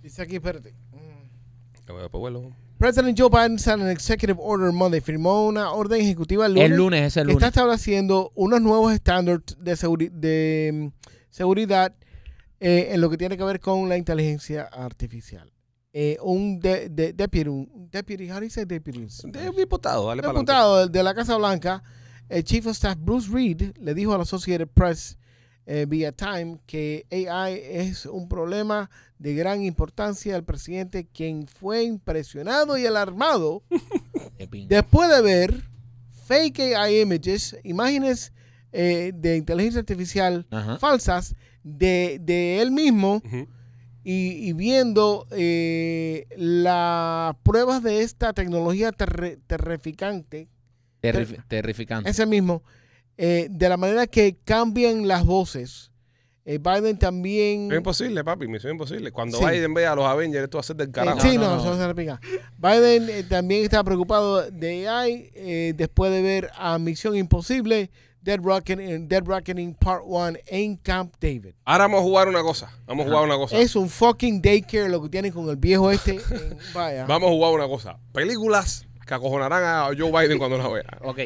Dice aquí, espérate. Mm.
Ya voy, después vuelvo.
President Joe Biden signed an executive order Monday. Firmó una orden ejecutiva el lunes.
El lunes es el
que está
lunes.
estableciendo unos nuevos estándares de, seguri- de mm, seguridad eh, en lo que tiene que ver con la inteligencia artificial. Eh, un de, de- deputy, un deputy, how do you say deputy?
De- Diputado, dale para adelante.
diputado de la Casa Blanca, el chief of staff Bruce Reed le dijo a la Associated Press eh, vía Time que AI es un problema de gran importancia al presidente, quien fue impresionado y alarmado
Qué pinga.
Después de ver fake AI images, imágenes eh, de inteligencia artificial
Ajá.
falsas de, de él mismo
Ujú.
y, y viendo eh, las pruebas de esta tecnología terri- terrificante,
Terri- terrificante.
ese mismo, eh, de la manera que cambian las voces. Eh, Biden también...
Es imposible, papi, misión imposible. Cuando
Sí.
Biden vea a los Avengers, esto va a ser del carajo.
Eh, Sí,
No,
no,
no,
eso
no.
se repica. Biden eh, también está preocupado de AI eh, después de ver a Misión Imposible, Dead Reckoning, Dead Reckoning Part 1 en Camp David.
Ahora vamos a jugar una cosa. Vamos a jugar una cosa.
es un fucking daycare lo que tienen con el viejo este. en- vaya.
Vamos a jugar una cosa. Películas que acojonarán a Joe Biden cuando las vea.
Ok.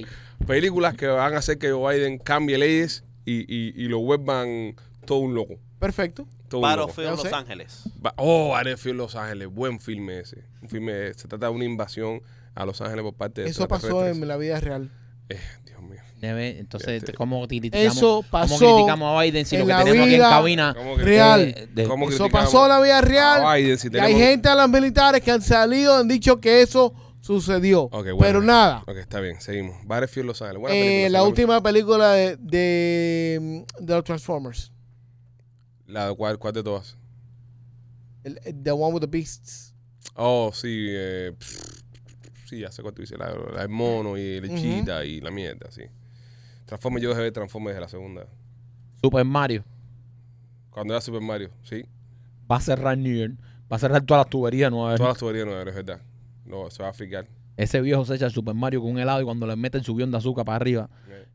Películas que van a hacer que Joe Biden cambie leyes y, y- y lo vuelvan todo un loco.
Perfecto.
Todo un loco.
Battlefield
Ya
Los
sé.
Ángeles.
Ba- Oh, Battlefield Los Ángeles. Buen filme ese. Un filme, se trata de una invasión a Los Ángeles por parte de
Eso pasó en la vida real.
extraterrestres. Eh, Dios mío.
Debe- entonces,
Fíjate.
¿cómo criticamos,
Eso
cómo
pasó.
criticamos a Biden si lo
en
que
la
tenemos aquí en
vida
cabina
¿Cómo que-
Ah. real.
eh, de-
¿Cómo
Eso
criticamos
pasó en la vida
a
real.
Biden si
Y hay
tenemos-
gente a los militares que han salido, han dicho que eso sucedió.
Ok, bueno.
Pero nada.
Ok, está bien. Seguimos. Battlefield Los Ángeles. Buena
Eh,
película,
la
seguramente.
última película de, de, de los Transformers.
La, ¿cuál, cuál de todas?
El- el- The One with the Beasts.
Oh, sí. Eh, sí, ya sé cuál tú dices. La, la del mono y el
Ujú.
chita y la mierda, sí. Transforme, yo dejé de ver Transforme desde la segunda.
Super Mario
Cuando era Super Mario, sí.
va a cerrar New York, va a cerrar todas las tuberías nuevas.
Todas las tuberías nuevas, es verdad. No, se va a fricar.
Ese viejo se echa el Super Mario con un helado y cuando le meten su guión de azúcar para arriba.
Eh,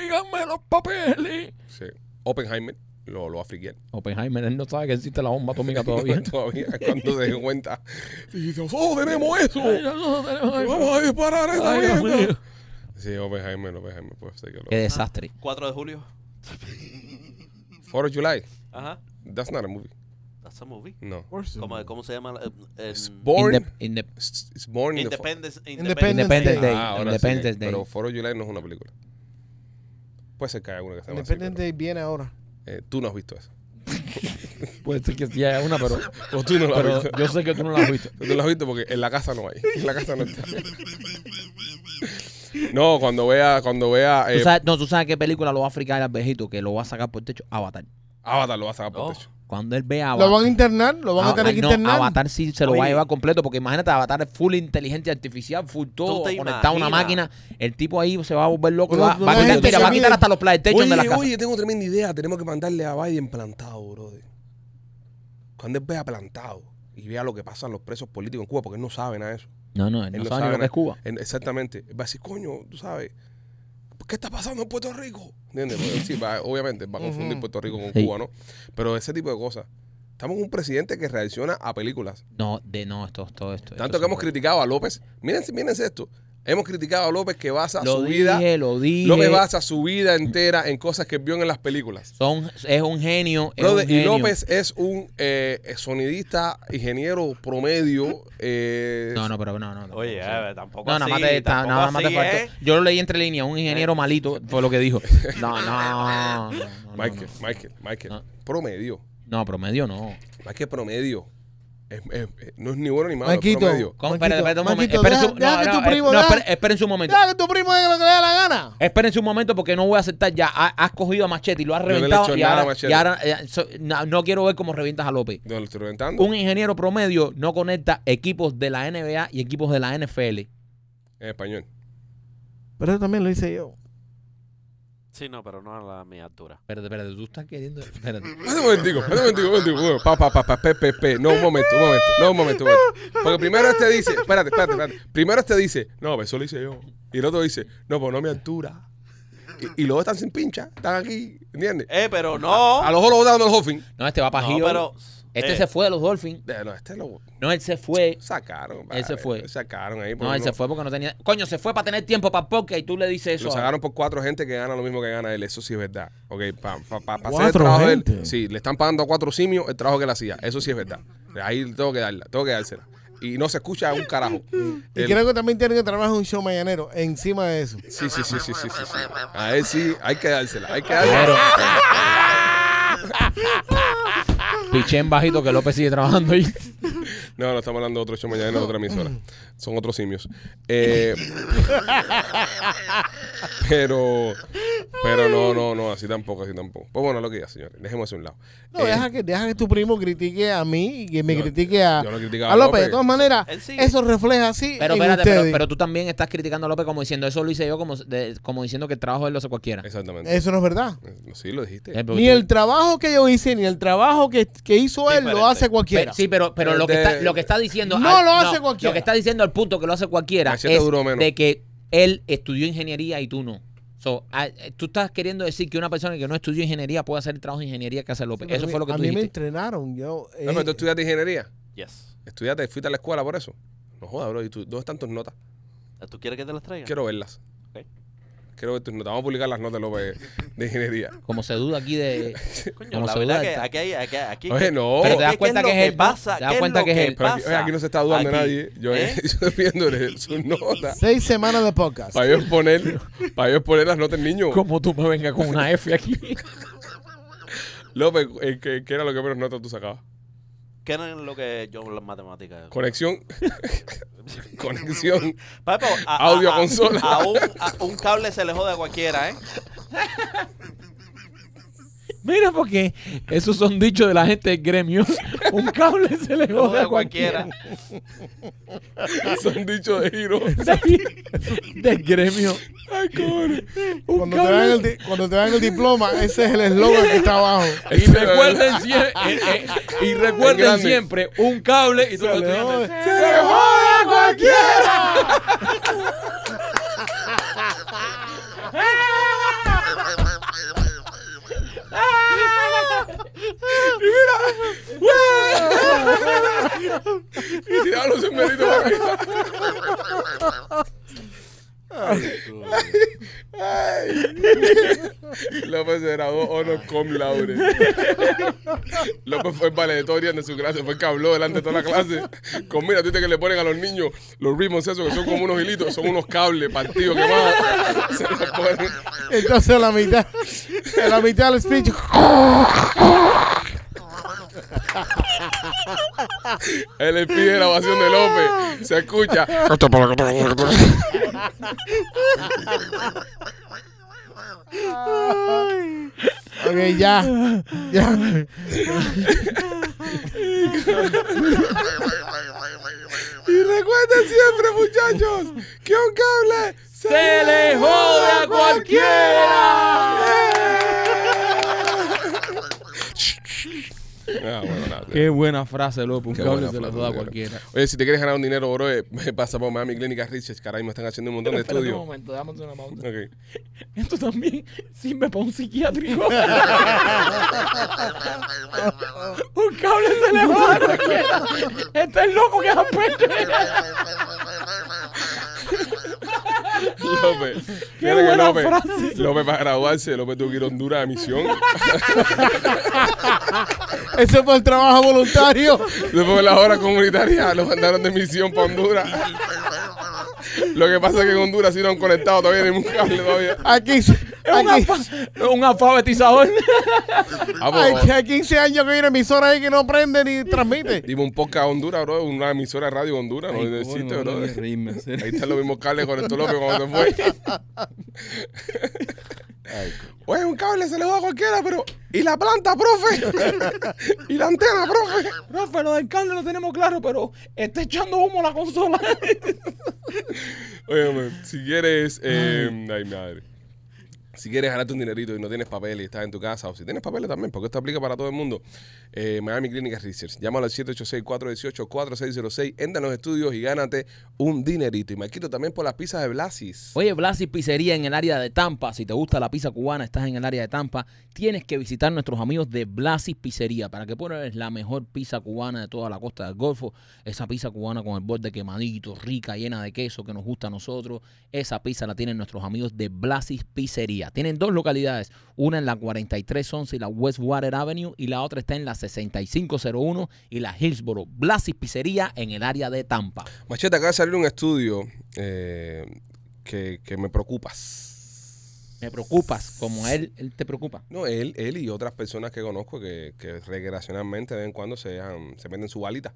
¡Díganme los papeles!
Sí. Oppenheimer lo, lo va a friquear.
Oppenheimer, él no sabe que existe la bomba atómica todavía.
Todavía cuando se den cuenta. Y dice, ¡oh, tenemos eso!
Ay, no, no, no, no,
¡Vamos a disparar esta
ay, Dios
mierda!
mío.
Sí, Oppenheimer, Oppenheimer, pues sé que lo...
Qué desastre.
4 de julio.
4 de July,
Ajá.
that's not a movie.
That's a movie.
No.
¿Cómo, cómo se llama? Eh, eh,
It's
en-
born...
Indep- indep-
it's it's born in the... fo-
Independence,
Independence
Independence
Day.
Day.
Ah, ahora sí,
Independence Day.
Pero Foro July no es una película. Puede ser que haya alguna que sea más así,
Independiente viene ahora.
pero, eh, tú no has visto eso.
Puede ser que sí haya una, pero,
O tú no la has
pero
visto.
yo sé que tú no la has visto.
Tú no la has visto porque en la casa no hay. En la casa no está. No, cuando vea, cuando vea
Tú
eh,
sabes- no, tú sabes qué película lo va a fricar al viejito que lo va a sacar por el techo. Avatar.
Avatar lo va a sacar por
No.
techo.
Cuando él ve a
Lo
Avatar.
van a internar, lo van a, tener que
no,
internar.
Avatar sí se lo va a
Oye.
llevar completo, porque imagínate, Avatar es full inteligencia artificial, full todo,
te
conectado a una
imaginas?
máquina. El tipo ahí se va a volver loco, y
No,
va,
no,
va a
la
quitar,
gente
mira,
se
va a quitar
mide.
hasta los flyers de techo de las
Oye,
casas.
oye, tengo tremenda idea. Tenemos que mandarle a Biden plantado, brother. Cuando él vea plantado y vea lo que pasa a los presos políticos en Cuba, porque él no sabe nada de eso.
No, no, él no
Él no
sabe ni
sabe
lo que es Cuba.
Él- exactamente. Él Va a decir, coño, tú sabes, ¿qué está pasando en Puerto Rico? ¿Entiendes? Porque sí, va- obviamente va a confundir
Ujú.
Puerto Rico con
Sí.
Cuba, ¿no? Pero ese tipo de cosas. Estamos con un presidente que reacciona a películas.
No, de no, esto, todo esto.
Tanto que hemos criticado a López. Mírense, mírense esto. Hemos criticado a López que basa
Lo
su vida.
dije, lo dije.
López basa su vida entera en cosas que vio en las películas.
Son, es un genio. es
Brother,
un
y
genio.
López es un eh, sonidista, ingeniero promedio. eh,
No, no, pero no, no. no.
Oye,
no,
eh, tampoco
no,
así.
nada más te, ta-
tampoco
nada más te
así,
faltó.
¿eh?
Yo lo leí entre líneas, un ingeniero malito fue lo que dijo. No, no, no, no, no,
Eh. Michael,
no.
Michael, Michael.
No.
Promedio.
No, promedio no.
Michael, promedio. Es- es- es- no es ni bueno ni malo,
Maquito.
es promedio.
¿Cómo?
Maquito,
Espera, espera un momento.
Maquito,
Espera
deja-
su-
deja
no,
que
no,
tu
eh,
primo
no,
da-
espera- espérense un momento.
Ya que tu primo haga lo que le dé la gana.
Espérense un momento porque no voy a aceptar ya. ha- Has cogido a Machete y lo has
no le he
reventado.
hecho
y,
nada a
ahora,
Machete.
y ahora, eh, so- no, no quiero ver cómo revientas a López.
No, lo estoy reventando.
Un ingeniero promedio no conecta equipos de la NBA y equipos de la NFL.
En español.
Pero eso también lo hice yo.
Sí, no, pero no a la mi altura.
Espérate, espérate, tú estás queriendo. Espérate.
Espérate Un momentico, espérate un momentico, un momentico. Bueno, Pa, pa, pa, pa, pe, pe, pe. No, un momento, un momento. No, un momento, un momento. Porque primero este dice, espérate, espérate, espérate. Primero este dice, no, eso lo hice yo. Y el otro dice, no, pues no mi altura. Y, y luego están sin pincha, están aquí, ¿entiendes?
Eh, pero no.
A los ojos lo botaron del Hoffing.
No, este va para
No,
Gio.
pero.
Este
eh,
se fue de los Dolphins.
Eh, No, este lo
No, él se fue.
sacaron.
Él se
vale,
fue.
lo Sacaron ahí.
No, él se fue porque no tenía. Coño, se fue para tener tiempo para podcast y tú le dices eso.
Lo
a-
sacaron por cuatro gente que gana lo mismo que gana él. Eso sí es verdad. Ok, para hacer el
Cuatro
trabajo de él.
gente.
Sí, le están pagando a cuatro simios el trabajo que él hacía. Eso sí es verdad. Ahí tengo que darla, tengo que dársela. Y no se escucha un carajo.
Y
Él-
creo que también tienen que trabajar un show mañanero encima de eso.
Sí, sí, sí, sí, sí, sí, sí. A él sí, hay que dársela, hay que dársela.
Pero. Pichén bajito que López sigue trabajando ahí.
No, no estamos hablando de otro hecho mañana en otra emisora. Son otros simios. Eh, pero, pero no, no, no, así tampoco, así tampoco. Pues bueno, lo que diga, señores. Dejemos eso a un lado.
No,
Eh,
deja, que, deja que tu primo critique a mí y que me
Yo-
critique a,
yo no criticaba
a
a
López.
López.
De todas maneras,
Él sigue.
eso refleja así.
Pero
en
espérate, pero,
ustedes.
pero tú también estás criticando a López como diciendo eso lo hice yo, como, de- como diciendo que el trabajo de él lo hace cualquiera.
Exactamente.
Eso no es verdad.
Eh, Sí, lo dijiste.
Eh, pero
Ni
tú-
el trabajo que yo hice, ni el trabajo que, que hizo él, lo
Diferente.
hace cualquiera.
Pe- sí, pero, pero lo, que
De-
está, lo que está diciendo.
No lo hace cualquiera.
Lo que está diciendo al punto que lo hace cualquiera
Machete
es
duró menos.
de que él estudió ingeniería y tú no. So, ah, eh, tú estás queriendo decir que una persona que no estudió ingeniería puede hacer el trabajo de ingeniería que hace López. Eso fue lo que
a
tú
mí me
dijiste.
entrenaron. Yo, eh,
No, pero tú estudiaste ingeniería.
Yes.
Estudiaste, fuiste a la escuela por eso. No jodas, bro. ¿Y tú, dónde están tus notas?
¿Tú quieres que te las traiga?
Quiero verlas.
Ok.
Quiero ver tus notas. Vamos a publicar las notas, López, de ingeniería.
Como se duda aquí de.
Coño,
como
la
se
verdad
duda.
que
del-
aquí hay. Aquí, aquí,
Oye, no.
Pero te
¿qué-
das
qué
cuenta
lo
que es él, ¿no?
pasa?
Te das
¿Qué es
cuenta
lo
que es él.
Pero aquí, oye,
pasa?
aquí no se está dudando
Aquí,
nadie. Yo,
¿eh?
yo estoy viéndole sus notas.
Seis semanas de podcast.
Para yo exponer, para yo exponer las notas del niño.
Como tú me vengas con una F aquí.
López, eh, ¿qué, qué era lo que menos notas tú sacabas?
¿Qué era lo que yo las matemáticas?
Conexión. Conexión.
Papo, a- a-
Audio
a-
consola.
A un, a un cable se le jode a cualquiera, ¿eh?
Mira, porque esos son dichos de la gente del gremio. Un cable se le
Se le jode
jode
a cualquiera.
Son dichos de giro.
del gremio.
Ay, cojones.
Un
Cuando te,
cable-
dan el, di- cuando te dan el diploma, ese es el eslogan que está abajo.
Y recuerden, sie- eh, eh, y
En
recuerden
grande.
siempre un cable y tú
Se
lo
le
tienes.
jode.
Y tiraron los sombreritos para arriba. López se graduó honor cum laude. López fue valedictoria de su clase, fue el que habló delante de toda la clase. Con mira, tú viste que le ponen a los niños los ritmos esos que son como unos hilitos, son unos cables partidos que más se los ponen.
Entonces a la mitad, a la mitad del speech.
Él pide la grabación de López, se escucha.
Ok, ya. Ya.
Y recuerden siempre, muchachos, que un cable se,
le jode a
Ah, bueno, nada.
Qué buena frase, loco. Un
Qué
cable
buena
se lo
frase,
da a
negro.
cualquiera.
Oye, si te quieres ganar un dinero, bro, eh, pasa por Miami Clínica Research, que ahora mismo están haciendo un montón de
Espérate un
estudios.
momento, dame una pausa.
Ok.
Esto también sirve para un psiquiátrico. un cable se le va a cualquiera. Este es loco que es apete.
López.
Qué
Mira que
buena
López,
frase.
López para graduarse, López tuvo que ir a Honduras a misión.
Ese fue el trabajo voluntario.
Después de las horas comunitarias lo mandaron de misión para Honduras. Lo que pasa es que en Honduras sí no han conectado todavía ningún cable todavía.
A 15, a 15,
Un alfabetizador.
Ah, pues,
ay, que a 15 años que hay una emisora ahí que no prende ni transmite.
dime un podcast a Honduras, bro. Una emisora de radio de Honduras. No existe, bro. Ahí están los mismos cables con esto López cuando se fue. Oye, un cable se le va a cualquiera, pero. ¿Y la planta, profe? ¿Y la antena, profe?
Rafa, lo del cable lo tenemos claro, pero está echando humo la consola.
Oye, man, si quieres. eh, ay, madre. Si quieres ganarte un dinerito y no tienes papeles y estás en tu casa, o si tienes papeles también, porque esto aplica para todo el mundo, eh, Miami Clinic Research. Llámalo al 786-418-4606, entra en los estudios y gánate un dinerito. Y me quito también por las pizzas de Blasis.
Oye, Blasi Pizzería en el área de Tampa. Si te gusta la pizza cubana, estás en el área de Tampa, tienes que visitar nuestros amigos de Blasi Pizzería para que pruebes la mejor pizza cubana de toda la costa del Golfo. Esa pizza cubana con el borde quemadito, rica, llena de queso que nos gusta a nosotros. Esa pizza la tienen nuestros amigos de Blasi Pizzería. Tienen dos localidades, una en la 4311 y la Westwater Avenue y la otra está en la 6501 y la Hillsboro. Blasi Pizzería en el área de Tampa.
Machete, acaba de salir un estudio eh, que, que me preocupas.
Me preocupas como él, él te preocupa.
No, él, él y otras personas que conozco que, que recreacionalmente de vez en cuando se, dejan- se venden su balita.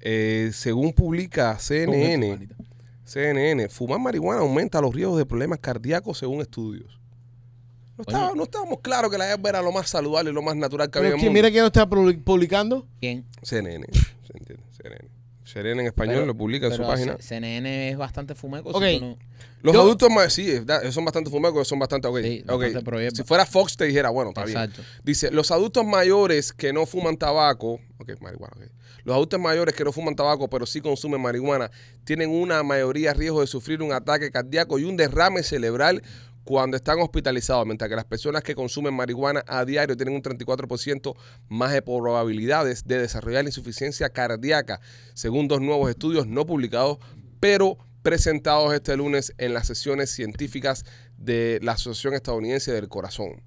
Eh, según publica CNN, CNN, fumar marihuana aumenta los riesgos de problemas cardíacos según estudios. No, estaba- no estábamos claros que la hierba era lo más saludable y lo más natural que había
Pero
en
es
el
que
mundo.
mira que no está publi- publicando.
¿Quién?
CNN, ¿se entiende? CNN. CNN en español
Pero-
lo publica en su
Pero
página.
C- CNN es bastante fumeco.
Ok.
si tú no-
Los
Yo-
adultos más, sí, es verdad, son bastante fumados, son bastante, ok.
Sí,
ok.
bastante pro hierba.
si fuera Fox te dijera, bueno, está bien.
Exacto.
Dice, los adultos mayores que no fuman tabaco, ok, marihuana, ok. Los adultos mayores que no fuman tabaco, pero sí consumen marihuana, tienen una mayoría riesgo de sufrir un ataque cardíaco y un derrame cerebral cuando están hospitalizados, mientras que las personas que consumen marihuana a diario tienen un 34% más de probabilidades de desarrollar insuficiencia cardíaca, según dos nuevos estudios no publicados, pero presentados este lunes en las sesiones científicas de la Asociación Estadounidense del Corazón.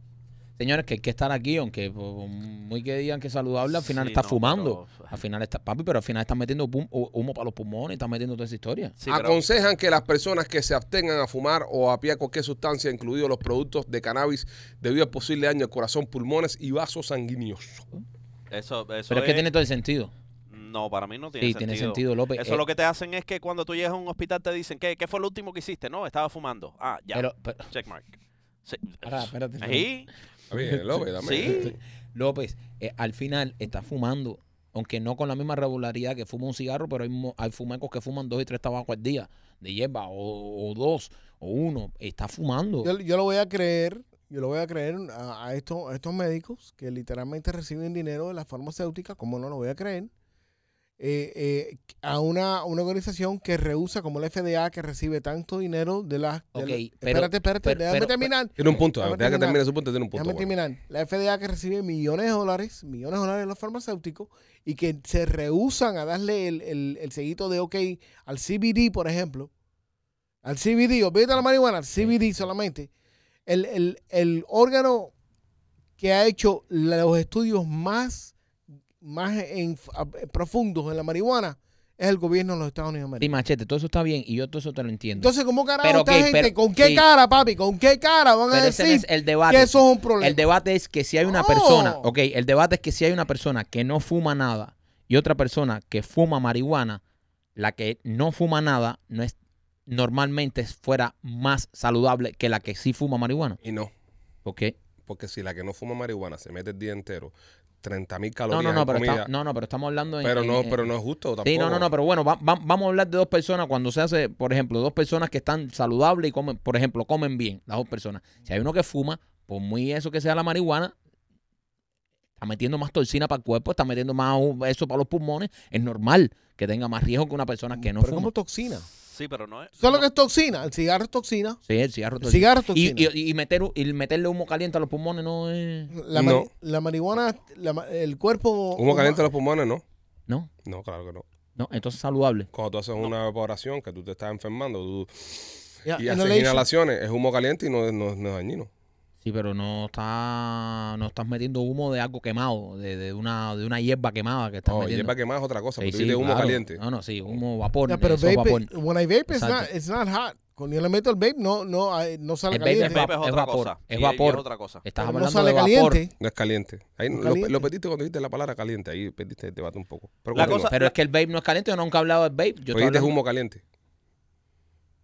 Señores, que hay que estar aquí, aunque por muy que digan que es saludable, al final
Sí,
está
no,
fumando.
pero- pues,
Al final está, papi, pero al final están metiendo pum- hu- humo para los pulmones, están metiendo toda esa historia.
Sí, pero-
Aconsejan que las personas que se abstengan a fumar o a piar cualquier sustancia, incluidos los productos de cannabis, debido al posible daño al corazón, pulmones y vasos sanguíneos.
Eso, eso
Pero es que
es-
tiene todo el sentido.
No, para mí no tiene
Sí,
sentido.
tiene sentido, López.
Eso
Eh,
lo que te hacen es que cuando tú llegas a un hospital te dicen, ¿qué, qué fue lo último que hiciste? No, estaba fumando. Ah, ya.
Pero, pero-
Checkmark. Sí.
Ahora, espérate, espérate.
Ahí,
Está bien, López, también.
sí.
López, eh, al final está fumando, aunque no con la misma regularidad que fuma un cigarro, pero hay, mo- hay fumecos que fuman dos y tres tabacos al día, de hierba, o, o dos, o uno. Está fumando.
Yo, yo lo voy a creer, yo lo voy a creer a, a estos, a estos médicos que literalmente reciben dinero de la farmacéutica, como no lo voy a creer, eh, eh, a una, una organización que rehúsa como la FDA que recibe tanto dinero de las... de
Ok,
la-
pero-
espérate, espérate,
pero-
déjame
pero-
terminar.
Tiene un punto,
Déjame
deja que
terminar.
termine su punto, tiene un punto.
Déjame
bueno.
terminar. La FDA que recibe millones de dólares, millones de dólares de los farmacéuticos y que se rehusan a darle el, el, el seguito de OK al CBD, por ejemplo. Al CBD, olvídate de la marihuana, al CBD solamente. El, el, el órgano que ha hecho los estudios más, más en- profundos en la marihuana es el gobierno de los Estados Unidos de
Sí,
América.
machete, todo eso está bien y yo todo eso te lo entiendo.
Entonces, ¿cómo carajo
Pero,
esta
ok,
gente?
pero-
¿Con qué
sí.
cara, papi? ¿Con qué cara van a
Pero ese no
decir
es el
que
debate.
eso es un problema?
El debate es que si hay una
No.
persona, ok, el debate es que si hay una persona que no fuma nada y otra persona que fuma marihuana, la que no fuma nada no es normalmente fuera más saludable que la que sí fuma marihuana.
Y no,
¿Por qué?
Porque si la que no fuma marihuana se mete el día entero, 30 mil
No,
calorías
no, no,
en
pero,
comida,
está- no, no, pero estamos hablando en-
pero,
en-
no,
en-
pero no es justo tampoco.
Sí, no, no, no, pero bueno, va- va- vamos a hablar de dos personas cuando se hace, por ejemplo, dos personas que están saludables y comen, por ejemplo, comen bien, las dos personas. Si hay uno que fuma, por muy eso que sea la marihuana, está metiendo más toxina para el cuerpo, está metiendo más u- eso para los pulmones, es normal que tenga más riesgo que una persona Ah, que no
Pero
fuma.
como toxina.
Sí, pero no es.
¿Tú ¿Sabes lo que es toxina? El cigarro es toxina.
Sí, el cigarro
El
toxina.
cigarro es
Y,
toxina.
y- y meter, u- y meterle humo caliente a los pulmones no es...
la, mari-
No.
la marihuana, la ma- el cuerpo.
Humo caliente en
huma-
los pulmones, no.
No,
No, claro que no.
no, entonces saludable.
Cuando tú haces una evaporación que tú te estás enfermando tú,
Ya,
y haces
inhalation.
inhalaciones, es humo caliente y no, es- no es- no es dañino.
Sí, pero no está, no estás metiendo humo de algo quemado, de, de una, de una hierba quemada que estás
No,
metiendo.
Oh, hierba quemada es otra cosa,
Sí,
pero tú
sí,
dices humo
claro.
caliente.
No, no, sí, humo vapor.
Ya, pero
eso es
vape,
vapor.
when I vape, it's
Exacto.
not, it's not hot. Cuando yo le meto el vape, no, no, ah, no sale
El vape es
El
caliente.
vape es
es
otra
vapor,
cosa.
es
y- y
vapor.
otra cosa.
Estás
Pero
hablando
no sale
de vapor.
caliente.
No es caliente. Ahí lo-
caliente.
Lo, perdiste cuando dijiste la palabra caliente. Ahí perdiste el debate un poco. Pero
La
continúa.
cosa-
Pero es que el vape no es caliente, yo nunca he hablado del vape. Yo
Pero
estoy
dijiste
hablando-
este humo caliente.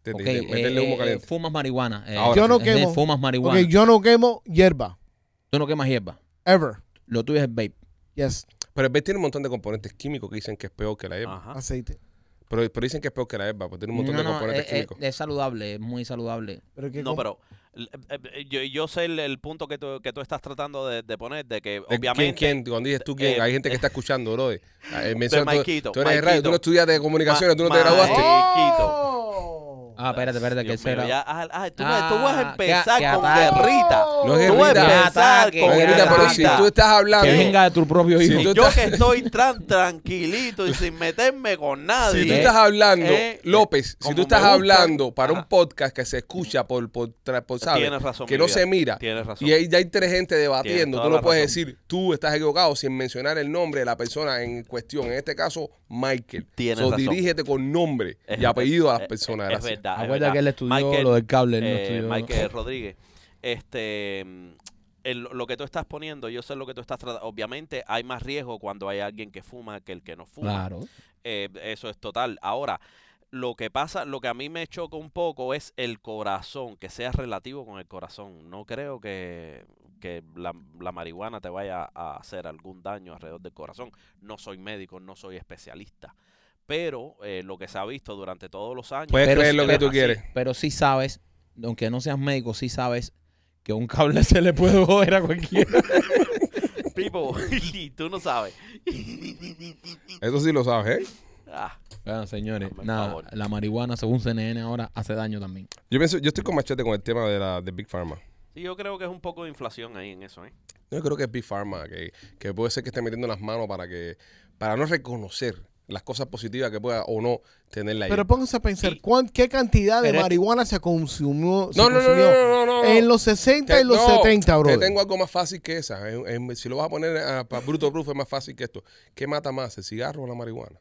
Te-
Ok,
dijiste meterle
eh,
humo
eh,
caliente.
Fumas marihuana. eh,
Ahora.
Yo no
es decir,
quemo.
Fumas marihuana.
Porque yo no quemo hierba.
Tú no quemas hierba.
Ever.
Lo tuyo es el vape.
Yes.
pero el vape tiene un montón de componentes químicos que dicen que es peor
Eh,
que la hierba.
Ah.
Ajá.
Aceite.
Pero, pero dicen que es peor que la hierba, porque tiene un
No, eh,
montón de
no,
componentes
es, es-
químicos.
es saludable, es muy saludable.
Pero que
No,
con-
pero l- eh, eh, yo, yo sé el, el punto que tú, que tú estás tratando de, de poner, de que
¿De
obviamente...
¿Quién, quién? Cuando dices tú quién,
eh,
hay gente que está escuchando, bro. Eh, menciona tú-
Maikito,
tú eres de radio,
Maikito.
tú no estudiaste de comunicaciones,
Ma-
tú no te
Ma-
graduaste.
¡Oh!
Ah, espérate, espérate, que
Dios
ese
mío,
era-
ya, ah, ah, tú,
Ah,
tú vas a
qué-
empezar
qué
con
ataque.
guerrita.
No es
Tú vas
guerrita.
a empezar
Qué
con
No,
ataque,
grita, pero si
guerrita.
tú estás hablando,
Que
Sí.
venga de tu propio
Si
hijo.
Y
tú
yo
estás-
que estoy tan tranquilito y sin meterme con nadie.
si tú estás hablando,
Eh,
López, si
como
tú estás
me gusta.
hablando para
Ajá.
un podcast que se escucha por, por, tra- por, ¿sabes?
Tienes razón,
que
mi
no
vida.
se mira.
Tienes razón.
Y ahí ya hay tres gente
Tienes
debatiendo.
toda
Tú no
la
puedes
razón.
decir, tú estás equivocado sin mencionar el nombre de la persona en cuestión. En este caso, Michael.
Tienes
So,
razón.
dirígete con nombre
Es-
y apellido a
es-
las personas.
Es,
Gracias.
verdad. es
Acuérdate
verdad.
que él estudió
Michael,
lo del cable, él no
eh,
estudió- ¿no?
Michael Rodríguez. Este, mm, el- lo que tú estás poniendo, yo sé lo que tú estás tratando. Obviamente hay más riesgo cuando hay alguien que fuma que el que no fuma.
Claro.
Eh, eso es total. Ahora, lo que pasa, lo que a mí me choca un poco es el corazón, que sea relativo con el corazón. No creo que, que la, la marihuana te vaya a hacer algún daño alrededor del corazón. No soy médico, no soy especialista. Pero eh, lo que se ha visto durante todos los años.
Puedes
Pero
creer
si
lo que
eres
tú
así,
quieres.
Pero sí sabes, aunque no seas médico, sí sabes que un cable se le puede joder a cualquiera.
Pipo, y tú no sabes.
Eso sí lo sabes, ¿eh?
Ah,
bueno, señores,
Hazme el
nada,
favor.
la marihuana, según CNN, ahora hace daño también.
Yo, pienso, yo estoy con machete con el tema de, la, de Big Pharma.
sí, yo creo que es un poco de inflación ahí en eso, ¿eh?
Yo creo que es Big Pharma, que, que puede ser que esté metiendo las manos para que para no reconocer las cosas positivas que pueda o no tener la
Pero
hierba.
pónganse a pensar,
Y-
¿cuán- ¿qué cantidad de
Pero es-
marihuana se consumió, se
no, no, no,
consumió
no, no, no, no.
en los 60
Te-
y los
no,
70, bro?
Te tengo algo más fácil que esa. Es- es- si lo vas a poner para Bruto Proof es más fácil que esto. ¿Qué mata más, el cigarro o la marihuana?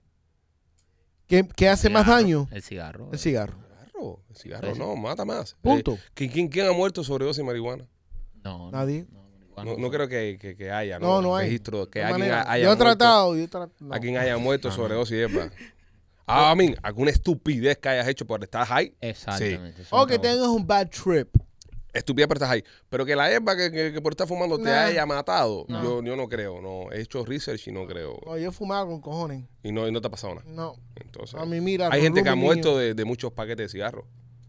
¿Qué, qué hace más
Cigarro,
daño?
El cigarro.
El cigarro.
Cigarro, el cigarro
Sí.
no, mata más.
Punto.
Eh, ¿quién- ¿quién, quién ha muerto sobre dosis de marihuana?
No, no,
Nadie.
No, marihuana
No,
no.
no creo que, que- que haya,
No, no hay.
registro que
No hay
alguien
manera.
haya
yo he
muerto-
tratado, yo he tratado. no.
a quien haya muerto
Ajá.
sobredosis de hierba. Ah, I mean, alguna estupidez que hayas hecho por estar high.
Exactamente. eso
O
no
Oh, que
creo.
tengas un bad trip.
Estupidez por estar high. Pero que la hierba que, que- que por estar fumando te
Nah.
haya matado,
No.
yo, yo no creo. No, he hecho research y no creo.
No, Oh, yo fumaba con cojones.
Y no, y no te ha pasado nada.
No.
Entonces,
A mí, mira.
hay
con
gente que ha
Rumi,
muerto
niño.
de, de muchos paquetes de cigarros.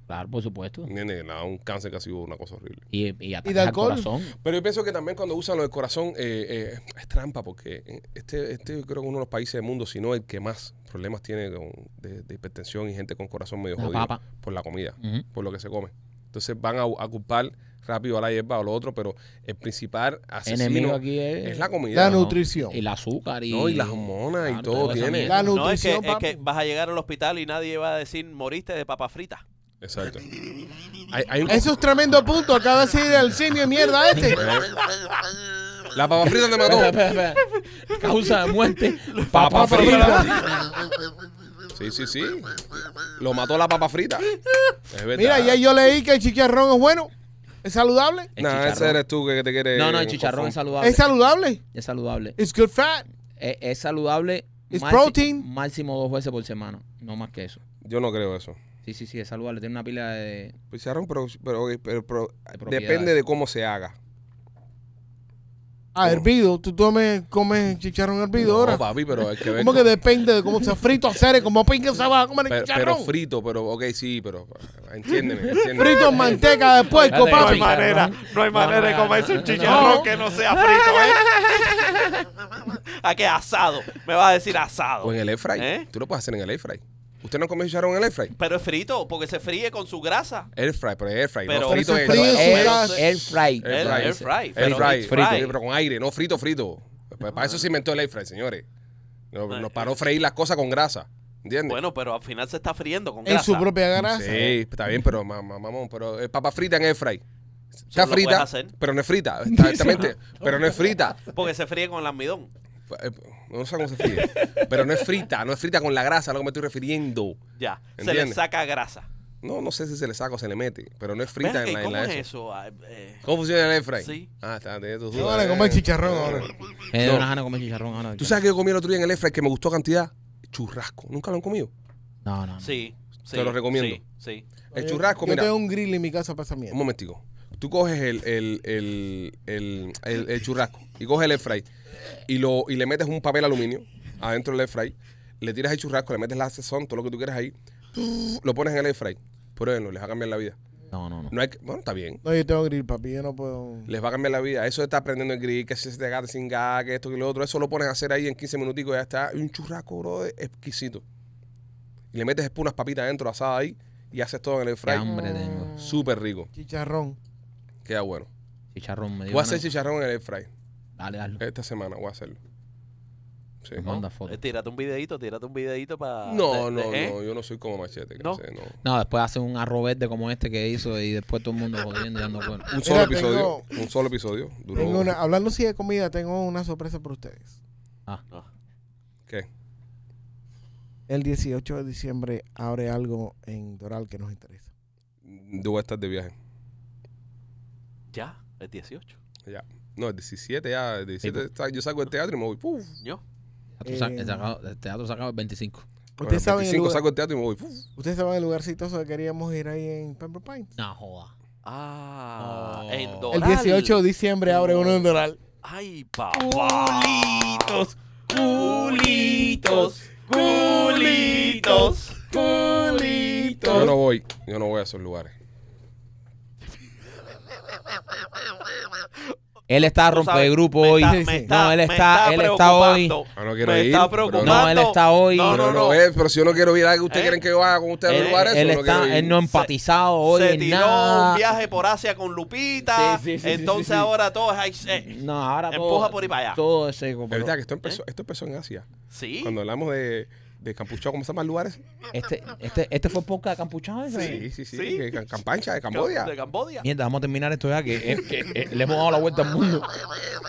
Claro, por supuesto.
¿Entiendes? Le ha dado Un cáncer que ha sido una cosa horrible.
Y, y, ataques al
alcohol?
corazón.
Pero yo pienso que también cuando usan lo del corazón eh, eh, es trampa porque eh, este, este yo creo que uno de los países del mundo, si no el que más problemas tiene con- de, de hipertensión y gente con corazón medio
La
jodido
papa.
por la comida,
Ujú.
por lo que se come. Entonces van a, a culpar rápido a la hierba o lo otro, pero el principal
Enemigo
asesino
aquí es,
es la comida.
La
¿no?
nutrición.
el azúcar y,
y las hormonas y todo
toda esa
tiene.
mierda.
La
No, es que,
Nutrición,
es que
papi.
vas a llegar al hospital y nadie va a decir moriste de papa frita.
Exacto. Hay- hay un-
Eso es tremendo punto. Acaba de decir el simio mierda este.
La papa frita te
Espera,
mató.
espera, espera. Causa de muerte.
Papa
Papa frita.
Sí, sí, sí. Lo mató la papa frita. Es verdad.
Mira, ya yo leí que el chicharrón es bueno. ¿Es saludable?
El
Nah, ese
chicharrón.
eres tú que te
Eh,
quieres.
No, no, el chicharrón es saludable.
¿Es saludable?
Es saludable.
¿Es good fat?
Es, es saludable.
It's
máxi-
protein.
Máximo dos veces por semana. No más que eso.
Yo no creo eso.
Sí, sí, sí, es saludable. Tiene una pila de.
Chicharrón, pero, pero, pero- pero-
propiedades.
depende de cómo se haga.
Ah, hervido. Tú tomes, comes chicharrón hervido ahora.
No, papi, pero es que ver
¿Cómo que
con-
depende de cómo sea frito hacer? ¿Cómo pingue se va a comer el
pero, pero
chicharrón?
frito, pero ok, sí, pero entiéndeme,
Frito en manteca de puerco,
Dale,
No hay
papi.
chica.
manera, no hay
No,
manera de
no,
comerse
no,
un
no,
chicharrón
no.
que no sea frito, ¿eh? ¿A qué asado? Me vas a decir asado.
O en el air fry.
¿Eh?
Tú lo puedes hacer en el air fry. ¿Usted no come chicharrón en el air fry?
Pero es frito, porque se fríe con su grasa.
Air fry, pero es air fry.
Pero-
no frito
Pero
en
eso es
el
frío,
air
eso
Air,
es-
air fry.
Air
El
fry.
air fry.
Air
pero
fry,
deep
frito,
fry.
pero con aire, no frito, frito. Pues para eso se inventó el air fry, señores. No- Nos,
Ah.
paró freír las cosas con grasa. ¿Entiendes?
Bueno, pero al final se está friendo con grasa.
En su propia grasa.
sí, está bien, pero ma- ma- mamón, pero eh, papa frita en air fry. Está
lo puedes
frita,
hacer.
pero no es frita, exactamente. pero no es frita.
Porque se fríe con el almidón.
Eh, No sé cómo se fríe. Pero no es frita, no es frita con la grasa, a lo que me estoy refiriendo.
Ya, se le
¿Entiendes?
saca grasa.
No, no sé si se le saca o se le mete, pero no es
Ven
frita en
acá, ¿y
la, en
¿Cómo
la
es
esa.
eso? Ah, eh,
¿Cómo funciona el air fry?
Sí.
Ah, está, tenés tus
Se
dudas.
van a comer chicharrón
Eh,
ahora.
Eh,
No.
no. van a comer chicharrón ahora.
¿Tú sabes que yo comí el otro día en el air fry que me gustó cantidad? Churrasco. ¿Nunca lo han comido?
No, no. no.
sí, sí.
Te lo recomiendo.
Sí, sí.
El
Yo-
churrasco,
yo
mira.
tengo un grill en mi casa para esa
Un
mierda.
momentico. Tú coges el, el, el, el, el- el churrasco y coges el air fry y, lo, y le metes un papel aluminio adentro del air fry, le tiras el churrasco, le metes la sazón, todo lo que tú quieras ahí, lo pones en el air fry. Pruébenlo, les va a cambiar la vida.
No, no, no.
No hay que- bueno, está bien.
No, yo tengo grill, papi. Yo no puedo...
Les va a cambiar la vida. Eso está aprendiendo el grill, que si se te agarra sin gas, que esto, que lo otro. Eso lo pones a hacer ahí en 15 minuticos y ya está. Y un churrasco, bro, exquisito. Y le metes después unas papitas adentro asadas ahí y haces todo en el air
Qué
fry.
hambre tengo.
Súper rico.
Chicharrón.
Queda bueno.
Chicharrón me dio
Voy a
ganas.
hacer chicharrón en el air fry.
Dale, dale.
Esta semana voy a hacerlo. Sí.
Me manda foto.
Eh, Tírate un videito, tírate un videito para...
No, no, no, yo no soy como machete. que
¿eh? No.
sé, no.
No, después hace un arroz de como este que hizo y después todo el mundo jodiendo y dando cuernos.
Un solo
tengo-
episodio. Un solo episodio. Duró.
Tengo una- hablando así de comida, tengo una sorpresa para ustedes.
¿Qué?
El 18 de diciembre abre algo en Doral que nos interesa.
Yo voy a estar de viaje.
Ya, es 18.
No, el 17 ya. El 17
Sí,
está- yo salgo del teatro y me voy. Puf.
Yo.
Teatro sa-
Eh,
el sacado- El teatro sacado el 25.
Bueno,
Ustedes saben, el
25
lugar,
salgo del teatro y me voy. Puf.
ustedes saben el lugarcito eso que queríamos ir ahí en Pembroke Pines.
No, joda.
Ah,
Oh.
en
El
Doral.
El 18 de diciembre abre uno en Doral.
Ay, papá. Culitos, culitos,
culitos,
Yo
culitos.
no voy. Yo no voy a esos lugares.
Él está a
Tú sabes,
romper grupo
me
hoy.
está-
Sí,
me
sí.
está-
No, él
me
está- él está hoy.
preocupando.
Ah, no quiero
me
ir,
está
pero no.
preocupando.
No, él está hoy.
No,
Pero
no,
no,
no.
es, pero si yo no quiero ir a que ustedes
¿Eh?
quieren que yo vaya con ustedes a
Él-
los lugares,
él
eso no quiero
está,
ir.
él no ha empatizado hoy
se
en
tiró
nada.
un viaje por Asia con Lupita.
Sí, sí, sí,
entonces
sí, sí.
ahora todo es. ay, eh,
No, ahora todo.
Empuja por ahí para allá.
Todo ese. como-
Es verdad que esto empezó, esto empezó en Asia.
Sí.
Cuando hablamos de, de Campuchao, ¿cómo se llaman lugares?
Este, este, este fue poca de Campuchao.
Sí,
ese.
sí, sí.
Sí.
que- que- Campancha, de
De
Cambodia.
Cambodia.
Mierda, vamos a terminar esto ya que, eh, que, eh, le hemos dado la vuelta al mundo.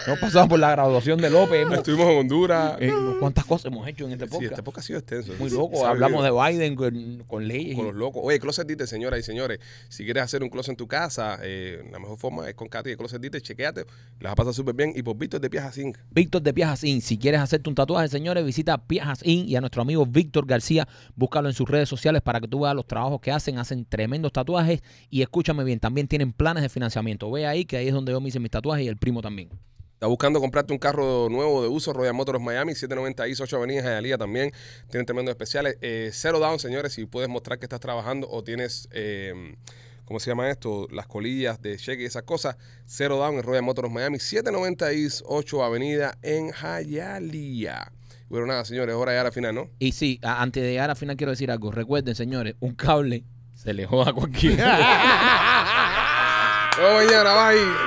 Hemos pasado por la graduación de López. hemos-
Estuvimos en Honduras.
eh, ¿Cuántas cosas hemos hecho en este
Sí,
podcast?
este podcast ha sido extenso.
Muy
Sí,
loco.
se ha
Hablamos
habido
de Biden con, con leyes.
Con
y-
los locos. Oye, Closet Dite, señoras y señores, si quieres hacer un closet en tu casa, eh, la mejor forma es con Katy de Closet Dite. Chequéate, las ha pasado súper bien. Y por Víctor de Piaja Zinc.
Víctor de Piajas Inn. Si quieres hacerte un tatuaje, señores, visita Piajas Inn y a nuestro amigo Víctor García. Búscalo en sus redes sociales para que tú veas los trabajos que hacen. Hacen tremendos tatuajes. Y escúchame bien, también tienen planes de financiamiento. Ve ahí que ahí es donde yo me hice mis tatuajes y el primo también.
Está buscando comprarte un carro nuevo de uso, Royal Motors Miami, 790 ISO, 8 Avenida Hialeah también. Tienen tremendos especiales. Eh, Zero down, señores, si puedes mostrar que estás trabajando o tienes, eh, ¿cómo se llama esto? Las colillas de cheque y esas cosas. Zero down en Royal Motors Miami, 790 ISO, 8 Avenida en Hialeah. Bueno, nada, señores, ahora ya la final, ¿no?
Y sí, a- antes de llegar al final quiero decir algo. Recuerden, señores, un cable se le joda a cualquiera.
Nos vemos mañana, bye.